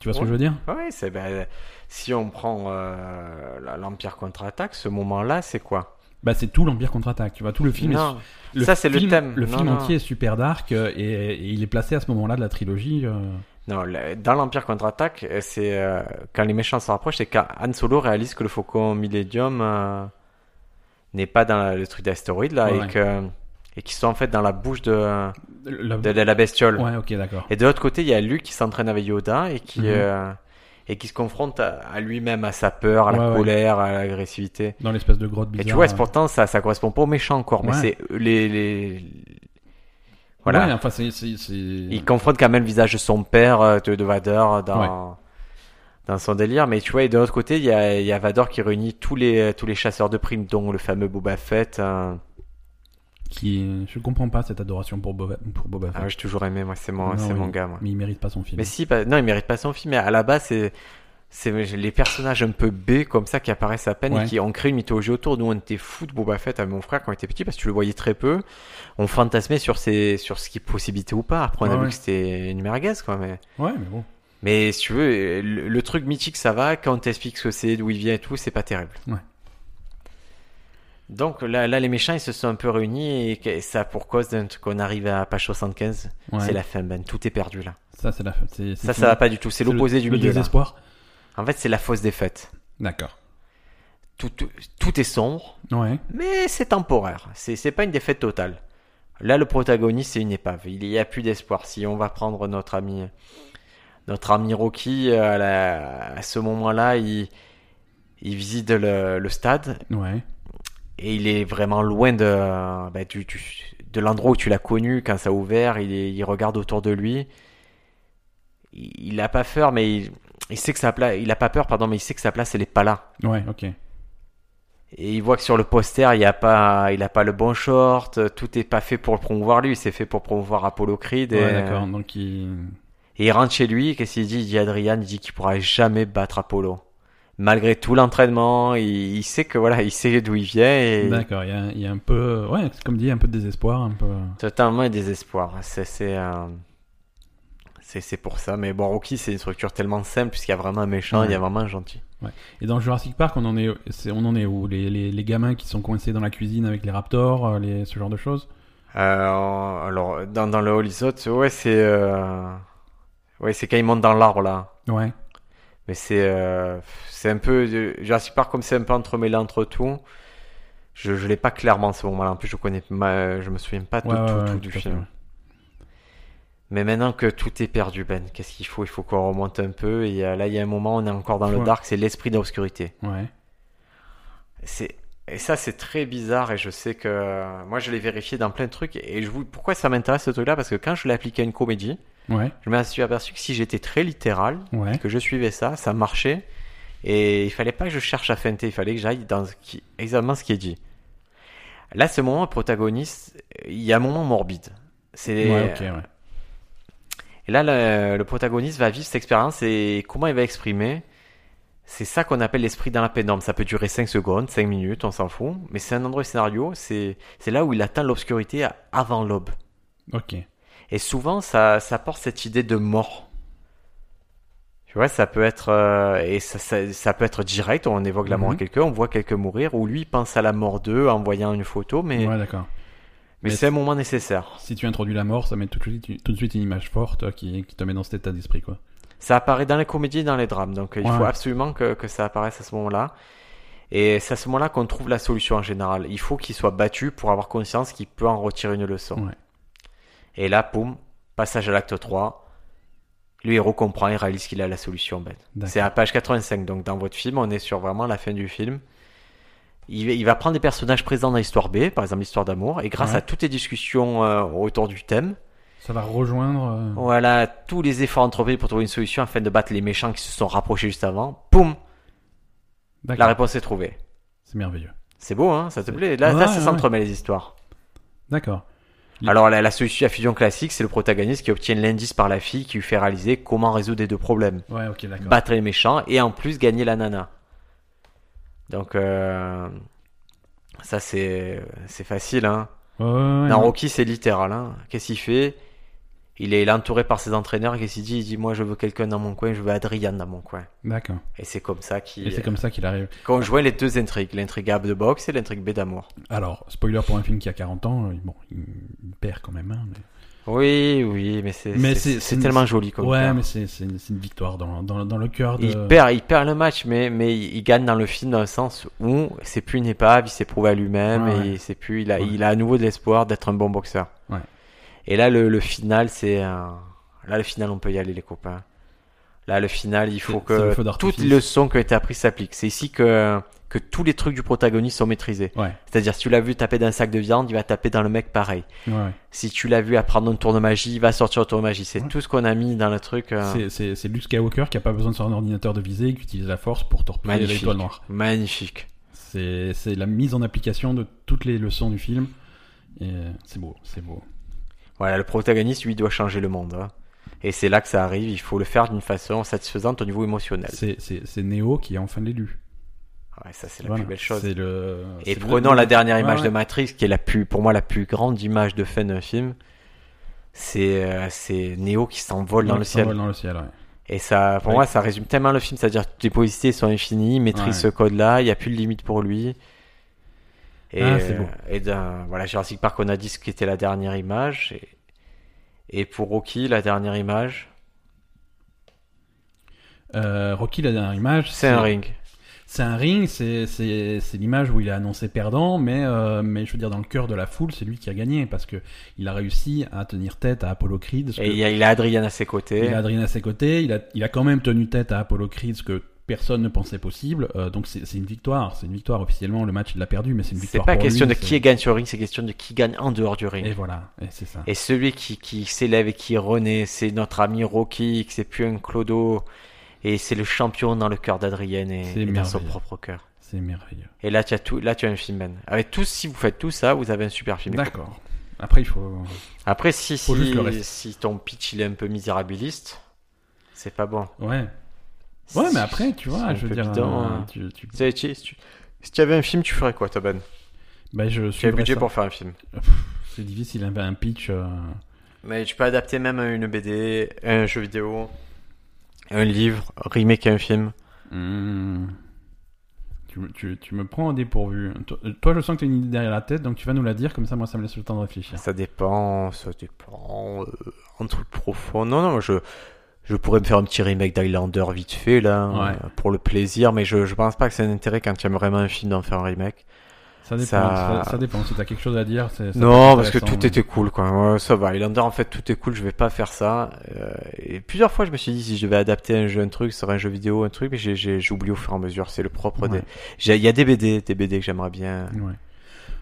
S1: Tu vois ce que
S2: Ouais.
S1: je veux dire
S2: Ouais, c'est, ben, si on prend euh, la- l'Empire contre-attaque, ce moment-là, c'est quoi
S1: Bah, c'est tout l'Empire contre-attaque, tu vois, tout le film. est
S2: Non,
S1: su- le
S2: ça, c'est le
S1: film-
S2: thème.
S1: Le
S2: Non,
S1: film
S2: non.
S1: entier est super dark euh, et, et il est placé à ce moment-là de la trilogie. euh,
S2: non, le- dans l'Empire contre-attaque, euh, c'est euh, quand les méchants se rapprochent, c'est quand Han Solo réalise que le Faucon Millennium euh, n'est pas dans la- le truc d'astéroïde, là,
S1: Ouais,
S2: et
S1: ouais.
S2: que- et qu'ils sont en fait dans la bouche de,
S1: la-
S2: de- de la bestiole.
S1: Ouais, ok, d'accord.
S2: Et de l'autre côté, il y a Luke qui s'entraîne avec Yoda et qui,
S1: Mhm.
S2: euh, et qui se confronte à, à lui-même, à sa peur, à la
S1: Ouais, ouais.
S2: colère, à l'agressivité.
S1: Dans l'espèce de grotte
S2: Et
S1: bizarre.
S2: tu vois, c'est
S1: euh.
S2: pourtant, ça, ça correspond pas aux méchants encore, mais
S1: Ouais.
S2: c'est les, les. Voilà.
S1: euh, Ouais, hein. enfin, c'est. c'est- c'est-
S2: Il confronte quand même le visage de son père, euh, de, de Vador, dans, dans son délire. Mais tu vois, et de l'autre côté, il y a, il y a Vador qui réunit tous les, tous les chasseurs de primes, dont le fameux Boba Fett. hein.
S1: Qui... Je comprends pas cette adoration pour Boba, pour Boba Fett.
S2: Ah, j'ai toujours aimé, moi, c'est mon,
S1: Non,
S2: c'est
S1: Ah oui.
S2: mon gars, moi.
S1: Mais il mérite pas son film.
S2: Mais si, pas- non, il mérite pas son film. Mais à la base, c'est c'est les personnages un peu B comme ça qui apparaissent à peine
S1: Ouais.
S2: et qui ont créé une mythologie autour. Nous, on était fous de Boba Fett avec mon frère quand on était petit parce que tu le voyais très peu. On fantasmait sur ses, sur ce qui possibilité ou pas. Après, on a
S1: Ouais,
S2: vu
S1: ouais.
S2: que c'était une merguez, quoi. Mais,
S1: Ouais, mais bon.
S2: Mais si tu veux, le, le truc mythique, ça va. Quand t'expliques ce que c'est, d'où il vient et tout, c'est pas terrible.
S1: Ouais.
S2: Donc là, là, les méchants, ils se sont un peu réunis et que- ça a pour cause d'un truc qu'on arrive à page 75.
S1: Ouais.
S2: C'est la fin, Ben. Tout est perdu là.
S1: Ça, c'est la. c'est- c'est
S2: Ça,
S1: une-
S2: ça va pas du tout. C'est
S1: le-
S2: l'opposé du
S1: le
S2: milieu. là.
S1: désespoir.
S2: En fait, c'est la fausse défaite.
S1: D'accord.
S2: Tout, tout, tout est sombre,
S1: Ouais.
S2: mais c'est temporaire. C'est c'est pas une défaite totale. Là, le protagoniste, c'est une épave. Il y a plus d'espoir. Si on va prendre notre ami, notre ami Rocky, euh, à, la- à ce moment-là, il, il visite le, le stade
S1: Ouais.
S2: et il est vraiment loin de, bah, du- du- de l'endroit où tu l'as connu quand ça a ouvert. Il, est- il regarde autour de lui. Il, il a pas peur, mais il, il sait que sa place, il a pas peur, pardon, mais il sait que sa place, elle est pas là.
S1: Ouais, ok.
S2: Et il voit que sur le poster, il y a pas, il a pas le bon short, euh, tout est pas fait pour le promouvoir lui, c'est fait pour promouvoir Apollo Creed. Et,
S1: Ouais, d'accord. Donc, il.
S2: et il rentre chez lui, qu'est-ce qu'il dit Il dit à Adrian, il dit qu'il pourra jamais battre Apollo. Malgré tout l'entraînement, il, il sait que voilà, il sait d'où il vient et
S1: D'accord, il y a, il y a un peu. Ouais, c'est comme dit, un peu de désespoir, un peu.
S2: totalement un désespoir. C'est, c'est, euh, c'est, c'est pour ça. Mais bon, Rocky, c'est une structure tellement simple puisqu'il y a vraiment un méchant,
S1: Ouais.
S2: il y a vraiment un gentil.
S1: Et dans Jurassic Park, on en est, c'est- on en est où les, les, les gamins qui sont coincés dans la cuisine avec les raptors, euh, les, ce genre de choses
S2: Euh, alors, dans, dans le Holy Zot, ouais, c'est, euh, ouais, c'est quand il monte dans l'arbre là.
S1: Ouais,
S2: Mais c'est euh, c'est un peu euh, Jurassic Park comme c'est un peu entremêlé entre tout. Je je l'ai pas clairement ce moment-là. En plus, je connais ma- je me souviens pas de
S1: Ouais,
S2: tout,
S1: ouais,
S2: tout
S1: ouais,
S2: du
S1: tout à fait, ouais.
S2: film. Mais maintenant que tout est perdu, Ben, qu'est-ce qu'il faut? Il faut qu'on remonte un peu. Et euh, là, il y a un moment, on est encore dans le
S1: Ouais.
S2: dark, c'est l'esprit d'obscurité.
S1: ouais.
S2: C'est et ça, c'est très bizarre. Et je sais que moi, je l'ai vérifié dans plein de trucs. Et je vous pourquoi ça m'intéresse ce truc-là? Parce que quand je l'ai appliqué à une comédie,
S1: Ouais,
S2: je me suis aperçu que si j'étais très littéral,
S1: ouais,
S2: que je suivais ça, ça marchait. Et il fallait pas que je cherche à feinter, il fallait que j'aille dans ce qui- exactement ce qui est dit. Là, ce moment, le protagoniste, il y a un moment morbide. C'est
S1: ouais, ok, ouais.
S2: et là, le, le protagoniste va vivre cette expérience et comment il va exprimer. C'est ça qu'on appelle l'esprit dans la pénombre. Ça peut durer 5 secondes, 5 minutes, on s'en fout. Mais c'est un endroit de scénario, c'est c'est là où il atteint l'obscurité à- avant l'aube.
S1: Ok,
S2: Et souvent, ça, ça porte cette idée de mort. Tu vois, ça peut être, euh, et ça, ça- ça peut être direct, on évoque la mort à
S1: Mhm.
S2: quelqu'un, on voit quelqu'un mourir, ou lui il pense à la mort d'eux en voyant une photo, mais,
S1: ouais, d'accord. Mais
S2: mais c'est un moment nécessaire.
S1: Si tu introduis la mort, ça met tout de suite, tout de suite une image forte euh, qui, qui te met dans cet état d'esprit, quoi.
S2: Ça apparaît dans les comédies et dans les drames, donc euh, il
S1: Ouais.
S2: faut absolument que, que ça apparaisse à ce moment-là. Et c'est à ce moment-là qu'on trouve la solution en général. Il faut qu'il soit battu pour avoir conscience qu'il peut en retirer une leçon.
S1: Ouais.
S2: Et là, poum, passage à l'acte 3. Le héros comprend et réalise qu'il a la solution, Ben.
S1: D'accord.
S2: C'est à page 85, donc dans votre film, on est sur vraiment la fin du film. Il, va- il va prendre des personnages présents dans l'histoire B, par exemple l'histoire d'amour, et grâce
S1: Ouais.
S2: à toutes les discussions euh, autour du thème,
S1: Ça va rejoindre. euh,
S2: Mmh. voilà, tous les efforts entrepris pour trouver une solution afin de battre les méchants qui se sont rapprochés juste avant, poum, la
S1: D'accord.
S2: réponse est trouvée.
S1: C'est merveilleux.
S2: C'est beau, hein, ça te plaît Là,
S1: Ouais,
S2: là, ça
S1: ouais,
S2: s'entremêle les histoires.
S1: D'accord. Il-
S2: Alors, la, la solution à fusion classique, c'est le protagoniste qui obtient l'indice par la fille qui lui fait réaliser comment résoudre les deux problèmes.
S1: Ouais, ok, d'accord.
S2: battre les méchants et en plus gagner la nana. Donc euh, ça c'est c'est facile. Hein.
S1: Ouais, ouais, ouais,
S2: Dans
S1: ouais.
S2: Rocky c'est littéral. Hein. Qu'est-ce qu'il fait il est, il est entouré par ses entraîneurs. Qu'est-ce qu'il dit Il dit moi je veux quelqu'un dans mon coin, je veux Adrian dans mon coin.
S1: D'accord.
S2: Et c'est comme ça
S1: Et
S2: qu'il
S1: c'est comme ça qu'il arrive.
S2: qu'on joint les deux intrigues, l'intrigue A de boxe et l'intrigue B d'amour.
S1: Alors, spoiler pour un film qui a 40 ans, euh, bon, il il perd quand même. hein, mais-
S2: Oui oui mais c'est
S1: Mais
S2: c'est-
S1: c'est-
S2: c'est
S1: c'est-
S2: tellement joli comme
S1: ouais,
S2: terme.
S1: mais c'est c'est une, c'est une victoire dans, dans, dans le cœur de.
S2: Il perd, il perd le match, mais, mais il il gagne dans le film dans le sens où c'est plus une épave, il s'est prouvé à lui-même
S1: Ouais,
S2: et
S1: ouais.
S2: c'est plus, il a,
S1: Ouais.
S2: il a à nouveau de l'espoir d'être un bon boxeur.
S1: Ouais.
S2: Et là, le, le final, c'est un- là le final, on peut y aller les copains. Là, le final, il faut
S1: C'est- c'est le
S2: que
S1: feu
S2: toutes
S1: d'artifice.
S2: les leçons que tu as apprises s'appliquent. C'est ici que que tous les trucs du protagoniste sont maîtrisés.
S1: Ouais,
S2: C'est-à-dire, si tu l'as vu taper dans un sac de viande, il va taper dans le mec pareil.
S1: ouais, ouais.
S2: Si tu l'as vu apprendre un tour de magie, il va sortir un tour de magie. C'est
S1: Ouais.
S2: tout ce qu'on a mis dans le truc. euh,
S1: C'est- C'est c'est Luke Skywalker qui a pas besoin de son ordinateur de visée et qui utilise la force pour torpiller
S2: Magnifique.
S1: l'étoile noire.
S2: Magnifique.
S1: C'est c'est la mise en application de toutes les leçons du film. Et c'est beau, c'est beau.
S2: Voilà, le protagoniste, lui, doit changer le monde. hein. Et c'est là que ça arrive, il faut le faire d'une façon satisfaisante au niveau émotionnel.
S1: C'est- C'est c'est Neo qui est enfin l'élu.
S2: Ouais, ça, c'est la
S1: Voilà.
S2: plus belle chose.
S1: C'est le.
S2: Et
S1: c'est
S2: prenons
S1: le-
S2: la dernière
S1: Ouais,
S2: image
S1: ouais.
S2: de Matrix, qui est la plus, pour moi la plus grande image de fin d'un film, c'est euh, c'est Neo qui s'envole dans
S1: Ouais,
S2: le
S1: qui
S2: ciel.
S1: s'envole Dans le ciel, ouais.
S2: Et ça, pour
S1: Ouais.
S2: moi, ça résume tellement le film, c'est-à-dire toutes les possibilités sont infinies, il maîtrise
S1: Ouais.
S2: ce code-là, il n'y a plus de limite pour lui. Et,
S1: Ah, c'est
S2: euh,
S1: beau.
S2: et d'un- voilà, Jurassic Park, on a dit ce qui était la dernière image. Et, et pour Rocky, la dernière image,
S1: Euh, Rocky, la dernière image,
S2: c'est un ring.
S1: C'est un ring, c'est c'est- c'est l'image où il est annoncé perdant, mais, euh, mais je veux dire, dans le cœur de la foule, c'est lui qui a gagné, parce que il a réussi à tenir tête à Apollo Creed. ce
S2: Et
S1: que-
S2: il, y a, il a Adrian à ses côtés.
S1: il a Adrien à ses côtés, il a, il a quand même tenu tête à Apollo Creed, ce que personne ne pensait possible, euh, donc c'est c'est une victoire, c'est une victoire officiellement, le match il l'a perdu, mais c'est une
S2: C'est
S1: victoire
S2: pas
S1: pour
S2: question
S1: lui,
S2: de
S1: c'est-
S2: qui gagne sur le ring, c'est question de qui gagne en dehors du ring.
S1: Et voilà, et c'est ça.
S2: Et celui qui, qui s'élève et qui renaît, c'est notre ami Rocky, que c'est plus un clodo. Et c'est le champion dans le cœur d'Adrienne et,
S1: C'est
S2: et dans son
S1: merveilleux.
S2: propre cœur.
S1: C'est merveilleux.
S2: Et là, tu as tout, là, tu as un film, Ben. Avec tout, si vous faites tout ça, vous avez un super film.
S1: D'accord. Après, il faut...
S2: Après, si,
S1: Faut juste le reste.
S2: si, si ton pitch, il est un peu misérabiliste, c'est pas bon.
S1: Ouais. Ouais,
S2: Si-
S1: mais après, tu
S2: c'est
S1: vois,
S2: un
S1: je veux
S2: peu
S1: dire...
S2: bidon,
S1: euh,
S2: hein.
S1: tu- tu-
S2: Tu sais, tu- si tu, si tu avais un film, tu ferais quoi, toi, Ben
S1: Bah, je
S2: Tu as
S1: suis...
S2: le budget pour faire un film.
S1: C'est difficile, hein, un pitch... euh,
S2: Mais tu peux adapter même à une BD, à un jeu vidéo, à un livre, remake à un film.
S1: Hmm. Tu, me- tu- tu me prends au dépourvu. Toi, euh, toi, je sens que tu as une idée derrière la tête, donc tu vas nous la dire, comme ça, moi, ça me laisse le temps de réfléchir.
S2: Ça dépend, ça dépend. euh, un truc profond. Non, non, je, je pourrais me faire un petit remake d'Highlander vite fait, là,
S1: Ouais.
S2: euh, pour le plaisir, mais je, je pense pas que c'est un intérêt quand tu aimes vraiment un film d'en faire un remake.
S1: Ça dépend.
S2: Ça-
S1: Ça, ça dépend. Si t'as quelque chose à dire, c'est. ça peut
S2: non,
S1: être
S2: parce que
S1: intéressant,
S2: tout
S1: mais-
S2: était cool, quoi. Ouais, ça va. Highlander, en fait, tout est cool, je vais pas faire ça. Euh, et plusieurs fois, je me suis dit, si je devais adapter un jeu, un truc, sur un jeu vidéo, un truc, mais j'ai- j'ai j'ai oublié au fur et à mesure. C'est le propre
S1: Ouais.
S2: des. j'ai- Il y a des BD, des BD que j'aimerais bien.
S1: Ouais.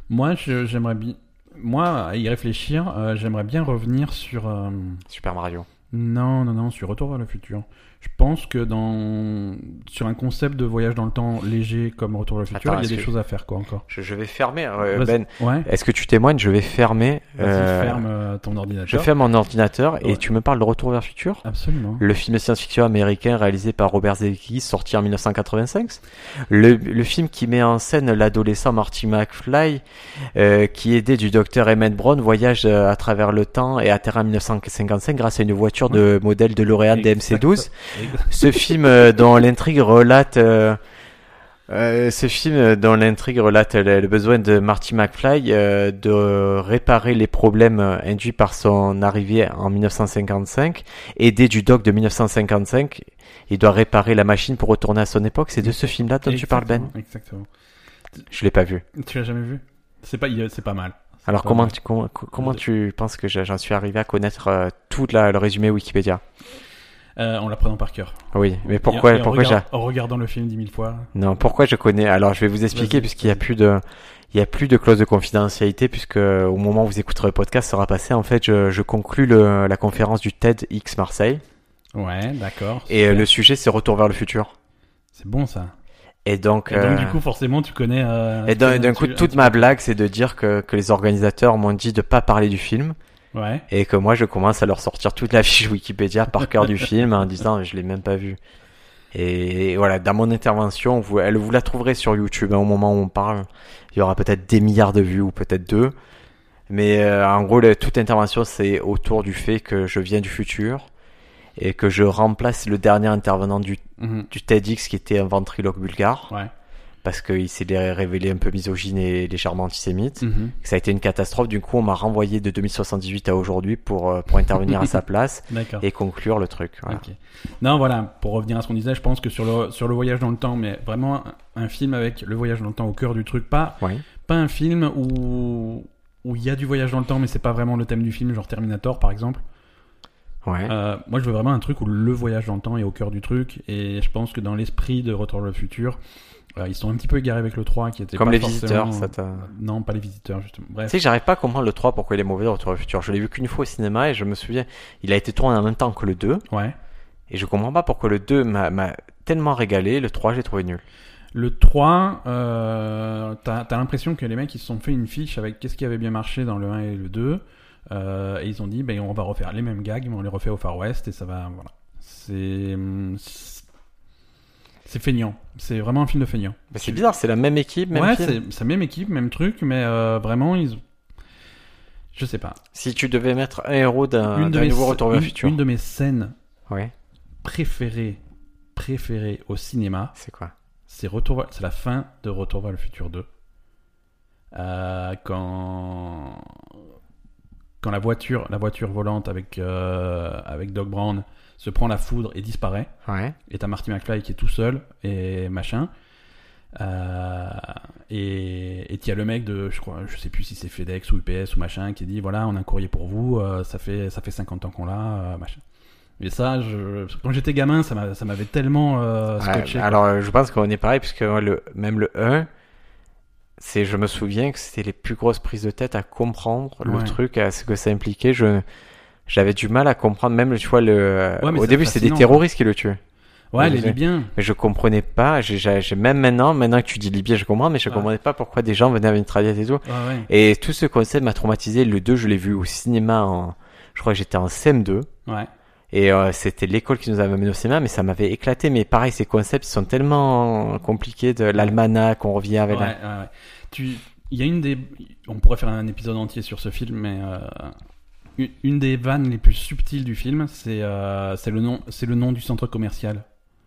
S1: Moi, je- j'aimerais bien. Moi, à y réfléchir, euh, j'aimerais bien revenir sur. euh,
S2: Super Mario.
S1: Non, non, non, sur Retour vers le futur. Je pense que dans sur un concept de voyage dans le temps léger comme Retour vers le futur,
S2: Attends,
S1: il y a
S2: est-ce
S1: des
S2: que-
S1: choses à faire, quoi, encore.
S2: Je, je vais fermer, euh,
S1: Vas-y.
S2: Ben.
S1: Ouais.
S2: Est-ce que tu témoignes Je vais fermer.
S1: Vas-y,
S2: euh,
S1: ferme euh, ton ordinateur.
S2: Je ferme mon ordinateur et
S1: Ouais.
S2: tu me parles de Retour vers le futur
S1: Absolument.
S2: le film de science-fiction américain réalisé par Robert Zemeckis, sorti en 1985. Le, le film qui met en scène l'adolescent Marty McFly, euh, qui aidé du docteur Emmett Brown voyage euh, à travers le temps et atterrit en 1955 grâce à une voiture de modèle de lauréat DMC-12.
S1: Exact-
S2: Ce film euh, dont l'intrigue relate. euh, euh, ce film euh, dont l'intrigue relate le, le besoin de Marty McFly euh, de réparer les problèmes euh, induits par son arrivée en 1955, aidé du doc de 1955, il doit réparer la machine pour retourner à son époque. C'est de ce film-là dont tu parles, Ben
S1: Exactement, Exactement.
S2: Je l'ai pas vu.
S1: Tu l'as jamais vu C'est pas, il- c'est pas mal. C'est
S2: Alors
S1: pas
S2: comment
S1: mal.
S2: tu, comment, comment
S1: Je-
S2: tu penses que j'en suis arrivé à connaître euh, tout la- le résumé Wikipédia
S1: Euh, On l'apprend par cœur.
S2: Oui, mais
S1: Et-
S2: pourquoi,
S1: et en,
S2: pourquoi j'ai...
S1: regard- En regardant le film dix mille fois.
S2: Non, pourquoi je connais Alors, je vais vous expliquer
S1: Vas-y,
S2: puisqu'il y a
S1: vas-y.
S2: plus de, il y a plus de clause de confidentialité puisque au moment où vous écouterez le podcast sera passé. En fait, je, je conclus le- la conférence du TEDx Marseille
S1: Ouais, d'accord.
S2: et euh, le sujet c'est retour vers le futur.
S1: C'est bon ça.
S2: Et donc,
S1: Et donc
S2: euh,
S1: du coup, forcément, tu connais. euh,
S2: et d'un
S1: tu-
S2: d'un coup,
S1: tu-
S2: toute ma blague c'est de dire que, que les organisateurs m'ont dit de pas parler du film
S1: Ouais.
S2: et que moi je commence à leur sortir toute la fiche Wikipédia par cœur du film en disant je l'ai même pas vu. Et voilà, dans mon intervention, vous, elle, vous la trouverez sur YouTube hein, au moment où on parle. Il y aura peut-être des milliards de vues ou peut-être deux. Mais euh, en gros, le- toute intervention, c'est autour du fait que je viens du futur et que je remplace le dernier intervenant du,
S1: Mhm.
S2: du TEDx qui était un ventriloque bulgare
S1: Ouais.
S2: parce qu'il s'est dé- révélé un peu misogyne et légèrement antisémite
S1: Mhm.
S2: que ça a été une catastrophe. Du coup, on m'a renvoyé de 2078 à aujourd'hui pour, euh, pour intervenir à
S1: [laughs]
S2: sa place
S1: D'accord.
S2: et conclure le truc. voilà.
S1: Ok. Non, voilà, pour revenir à ce qu'on disait, je pense que sur le, sur le voyage dans le temps, mais vraiment un, un film avec le voyage dans le temps au cœur du truc, pas,
S2: Ouais.
S1: pas un film où où il y a du voyage dans le temps, mais c'est pas vraiment le thème du film, genre Terminator par exemple.
S2: Ouais.
S1: Euh, moi, je veux vraiment un truc où le voyage dans le temps est au cœur du truc, et je pense que dans l'esprit de Retour vers le futur, euh, ils sont un petit peu égarés avec le 3 qui était
S2: Comme
S1: pas
S2: les
S1: forcément- euh,
S2: visiteurs, ça t'a.
S1: Non, pas les visiteurs, justement.
S2: Tu
S1: Bref.
S2: sais, j'arrive pas à comprendre le 3 pourquoi il est mauvais dans Retour vers le futur. Je l'ai vu qu'une fois au cinéma et je me souviens, il a été tourné en même temps que le 2
S1: Ouais.
S2: et je comprends pas pourquoi le 2 m'a m'a tellement régalé, le 3 j'ai trouvé nul.
S1: Le 3, euh, t'as t'as l'impression que les mecs ils se sont fait une fiche avec qu'est-ce qui avait bien marché dans le 1 et le 2, euh, et ils ont dit ben on va refaire les mêmes gags, mais on les refait au Far West et ça va voilà. C'est hum, c'est c'est feignant. C'est vraiment un film de feignant.
S2: Mais Ben, c'est bizarre, c'est la même équipe, même
S1: ouais,
S2: film.
S1: c'est c'est la même équipe, même truc, mais euh, vraiment ils. Je sais pas.
S2: Si tu devais mettre Ah, un héros d'un
S1: Une de
S2: d'un
S1: mes
S2: nouveau
S1: sc-
S2: Retour vers le
S1: une-
S2: futur.
S1: une de mes scènes
S2: Ouais.
S1: préférée, préférée au cinéma,
S2: C'est quoi
S1: c'est Retour, vers- c'est la fin de Retour vers le futur 2. Euh, quand quand la voiture, la voiture volante avec euh, avec Doc Brown se prend la foudre et disparaît,
S2: Ouais.
S1: et t'as Marty McFly qui est tout seul et machin. Euh, et et t'y a le mec de, je crois, je sais plus si c'est FedEx ou UPS ou machin, qui dit voilà, on a un courrier pour vous, euh, ça fait ça fait 50 ans qu'on l'a, euh, machin. Mais ça, je, quand j'étais gamin, ça m'a- ça m'avait tellement euh,
S2: Ouais,
S1: scotché. quoi.
S2: alors, euh, je pense qu'on est pareil, puisque moi, le, même le 1, c'est, je me souviens que c'était les plus grosses prises de tête à comprendre
S1: Ouais.
S2: le truc, à ce que ça impliquait. Je, j'avais du mal à comprendre, même, tu vois, le,
S1: Ouais, mais
S2: au
S1: c'est
S2: début, c'est des
S1: fascinant.
S2: terroristes qui le tuent.
S1: ouais, les
S2: les-
S1: Libyens.
S2: Mais je comprenais pas, j'ai, j'ai- j'ai- même maintenant, maintenant que tu dis Libye, je comprends, mais je
S1: Ouais.
S2: comprenais pas pourquoi des gens venaient avec une mitraillette et tout.
S1: Ouais, ouais.
S2: Et tout ce concept m'a traumatisé. Le 2, je l'ai vu au cinéma en, je crois que j'étais en CM2.
S1: Ouais.
S2: Et euh, c'était l'école qui nous avait amené au cinéma, mais ça m'avait éclaté. Mais pareil, ces concepts ils sont tellement compliqués de l'almanach, on revient avec
S1: Ouais,
S2: la...
S1: ouais, ouais. Tu, il y a une des, on pourrait faire un épisode entier sur ce film, mais euh, une, une des vannes les plus subtiles du film, c'est euh, c'est le nom, c'est le nom du centre commercial.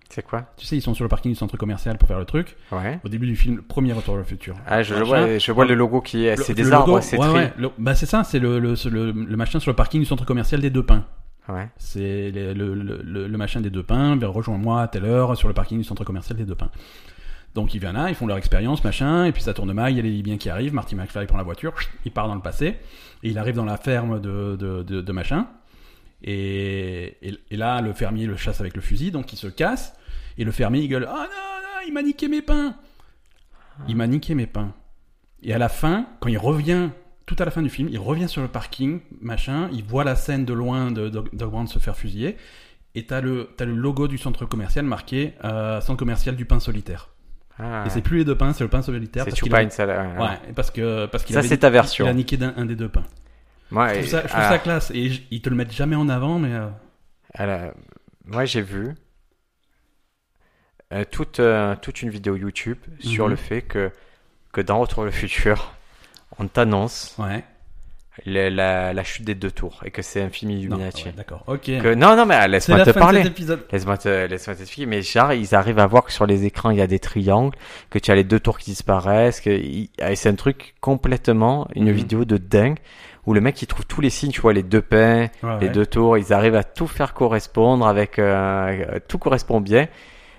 S2: C'est quoi
S1: Tu sais, ils sont sur le parking du centre commercial pour faire le truc.
S2: Ouais.
S1: Au début du film, le premier retour vers le futur.
S2: Ah, je, je
S1: Machin.
S2: vois, je vois le logo qui est...
S1: Le-
S2: C'est
S1: le
S2: des
S1: logo,
S2: arbres, c'est
S1: ouais,
S2: très...
S1: ouais, le- bah c'est ça, c'est le, le, ce- le- le machin sur le parking du centre commercial des Deux Pins.
S2: Ouais.
S1: C'est les- le, le- le- le machin des Deux Pins, ben, rejoins-moi à telle heure sur le parking du centre commercial des Deux Pins. Donc ils viennent là, ils font leur expérience, machin, et puis ça tourne mal, il y a les Libyens qui arrivent, Marty McFly prend la voiture, il part dans le passé, et il arrive dans la ferme de, de, de- de machin, et, et- et là le fermier le chasse avec le fusil, donc il se casse, et le fermier il gueule « Ah non, non, il m'a niqué mes pains !» Il m'a niqué mes pains. Et à la fin, quand il revient, tout à la fin du film, il revient sur le parking, machin, il voit la scène de loin de Doc Doc Brown se faire fusiller, et t'as le, t'as le logo du centre commercial marqué euh, Centre commercial du pain solitaire
S2: Ah,
S1: et c'est plus les deux pains, c'est le pain solitaire.
S2: c'est
S1: parce
S2: Choupa,
S1: qu'il a-
S2: une salle... ouais, ouais.
S1: Ouais, et parce que parce qu'il
S2: Ça,
S1: avait-
S2: c'est ta version.
S1: Il a niqué d'un- un, des deux pains.
S2: Ouais,
S1: Je
S2: et-
S1: trouve ça, je trouve
S2: ah,
S1: ça classe et j- ils te le mettent jamais en avant, mais euh,
S2: à la- Moi, j'ai vu euh, toute, euh, toute une vidéo YouTube sur
S1: Mhm.
S2: le fait que, que dans Retour vers le futur, on t'annonce
S1: ouais.
S2: le- la, la chute des deux tours et que c'est un film
S1: Non,
S2: Illuminati.
S1: ouais, d'accord. Ok.
S2: Que- Non, non, mais
S1: C'est la
S2: laisse-moi te
S1: fin de cet
S2: parler.
S1: épisode.
S2: Laisse-moi te, laisse-moi t'expliquer. Mais genre, ils arrivent à voir que sur les écrans, il y a des triangles, que tu as les deux tours qui disparaissent, que il- ah, et c'est un truc complètement, une
S1: Mhm.
S2: vidéo de dingue, où le mec, il trouve tous les signes, tu vois, les deux pains,
S1: Ouais,
S2: les
S1: ouais.
S2: deux tours, ils arrivent à tout faire correspondre avec, euh, tout correspond bien.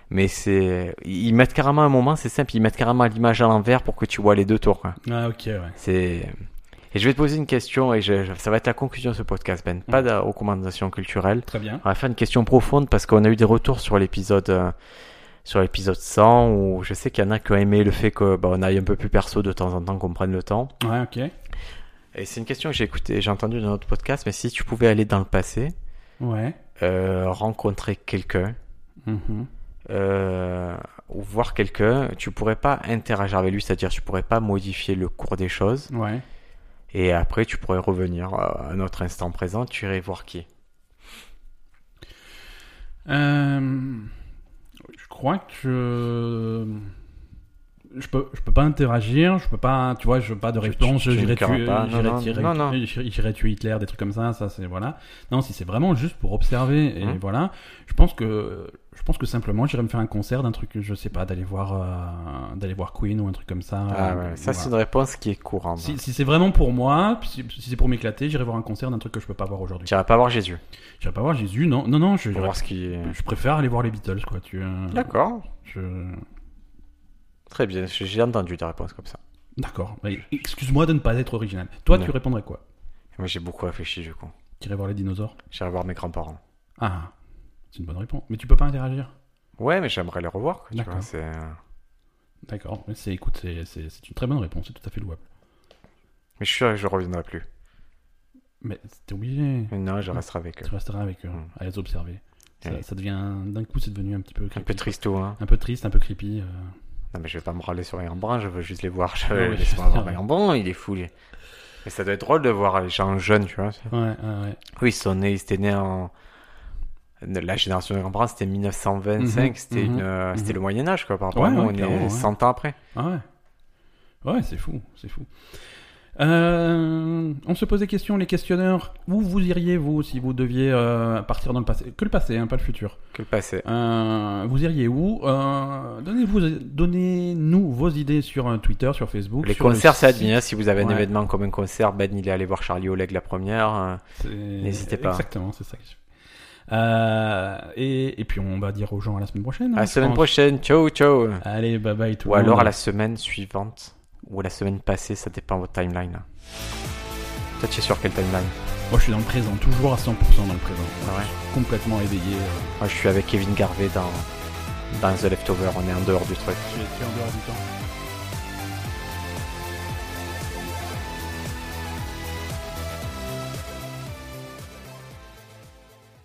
S2: Mais c'est, ils mettent carrément un moment, c'est simple, ils mettent carrément l'image à l'envers pour que tu vois les deux tours, quoi.
S1: Ah, ok, ouais.
S2: C'est. Et je vais te poser une question, et je- je- ça va être la conclusion de ce podcast, Ben. Pas
S1: Mhm.
S2: de recommandation culturelle.
S1: Très bien.
S2: On va faire une question profonde parce qu'on a eu des retours sur l'épisode euh, sur l'épisode 100 où je sais qu'il y en a qui ont aimé le fait que bah, on aille un peu plus perso de temps en temps, qu'on prenne le temps.
S1: Ouais, ok.
S2: Et c'est une question que j'ai écoutée, j'ai entendue dans notre podcast, mais si tu pouvais aller dans le passé,
S1: Ouais.
S2: euh, rencontrer quelqu'un
S1: Mhm.
S2: euh, ou voir quelqu'un, tu pourrais pas interagir avec lui, c'est-à-dire tu pourrais pas modifier le cours des choses.
S1: Ouais.
S2: Et après, tu pourrais revenir euh, à notre instant présent, tu irais voir qui
S1: Euh, je crois que je... Je peux, je peux pas interagir, je peux pas, tu vois, je veux pas de
S2: Tu- tu-
S1: réponse,
S2: tu ne
S1: j'irai
S2: caras
S1: tuer,
S2: pas, non,
S1: j'irai
S2: non,
S1: tirer-
S2: non, non.
S1: j'irai- j'irai tuer Hitler, des trucs comme ça, ça c'est voilà. Non, si c'est vraiment juste pour observer et
S2: Mhm.
S1: voilà, je pense que je pense que simplement j'irai me faire un concert d'un truc, je sais pas, d'aller voir euh, d'aller voir Queen ou un truc comme ça.
S2: Ah
S1: euh,
S2: ouais, ça
S1: voilà.
S2: c'est une réponse qui est courante.
S1: Si, si c'est vraiment pour moi, si, si c'est pour m'éclater, j'irai voir un concert d'un truc que je peux pas voir aujourd'hui.
S2: Tu irais pas voir Jésus
S1: J'irai pas voir Jésus, non, non, non, je,
S2: pour voir ce qui.
S1: Euh, je préfère aller voir les Beatles, quoi. Tu, euh,
S2: D'accord.
S1: je-
S2: Très bien, j'ai j'ai entendu ta réponse comme ça.
S1: D'accord. Mais Excuse-moi de ne pas être original. Toi,
S2: Non.
S1: tu répondrais quoi
S2: Moi j'ai beaucoup réfléchi du coup.
S1: Tirer voir les dinosaures
S2: J'irai voir mes grands-parents.
S1: Ah, c'est une bonne réponse. Mais tu peux pas interagir
S2: Ouais, mais j'aimerais les revoir. quoi, tu
S1: D'accord.
S2: vois, c'est- euh,
S1: D'accord. Mais c'est, écoute, c'est, c'est- c'est une très bonne réponse. C'est tout à fait louable.
S2: Mais je suis sûr que je reviendrai plus.
S1: Mais t'es obligé.
S2: Mais non, je resterai avec eux.
S1: Tu resteras avec eux,
S2: Mm.
S1: à les observer. Ça,
S2: Ouais.
S1: ça devient, d'un coup, c'est devenu un petit peu
S2: Un
S1: creepy.
S2: peu tristou, hein.
S1: Un peu triste, un peu creepy. euh.
S2: Non, mais je vais pas me râler sur les grands-parents, je veux juste les voir. [laughs] Je
S1: Ouais, ouais,
S2: Laisse-moi
S1: c'est
S2: voir
S1: vrai. [laughs]
S2: mes grands-parents, il est fou. lui. Mais ça doit être drôle de voir les gens jeunes, tu vois.
S1: Ouais, ouais, ouais.
S2: Oui, ils sont nés, ils étaient nés en. La génération des grands-parents, c'était 1925,
S1: Mhm,
S2: c'était
S1: mhm,
S2: une, euh, c'était
S1: mhm.
S2: le Moyen-Âge, quoi. Par rapport à
S1: Ouais,
S2: nous,
S1: ouais,
S2: on
S1: clairement,
S2: est
S1: Ah ouais.
S2: 100 ans après.
S1: Ah ouais. Ouais, c'est fou, c'est fou. Euh, on se pose des questions, les questionneurs. Où vous iriez, vous, si vous deviez euh, partir dans le passé Que le passé, hein, pas le futur.
S2: Que le passé.
S1: Euh, vous iriez où Euh, Donnez-vous- Donnez-nous vos idées sur euh, Twitter, sur Facebook.
S2: Les
S1: sur le
S2: concerts, c'est
S1: site.
S2: admis. hein. Si vous avez un
S1: Ouais.
S2: événement comme un concert, ben, il est allé voir Charlie Oleg la première. hein.
S1: C'est-
S2: N'hésitez pas.
S1: Exactement, c'est ça. que je- Euh, et, et puis on va dire aux gens à la semaine prochaine.
S2: À
S1: hein,
S2: la
S1: je
S2: semaine
S1: pense.
S2: prochaine. Ciao, ciao.
S1: Allez, bye bye tout
S2: Ou
S1: le
S2: alors
S1: monde.
S2: à la semaine suivante. Ou à la semaine passée, ça dépend de votre timeline. hein. Toi, tu es sur quelle timeline
S1: Moi je suis dans le présent, toujours à 100% dans le présent.
S2: Ah ouais.
S1: Complètement éveillé. euh,
S2: Moi, je suis avec Kevin Garvey dans, dans The Leftover. On est en dehors du truc.
S1: Tu es tu es en dehors du temps.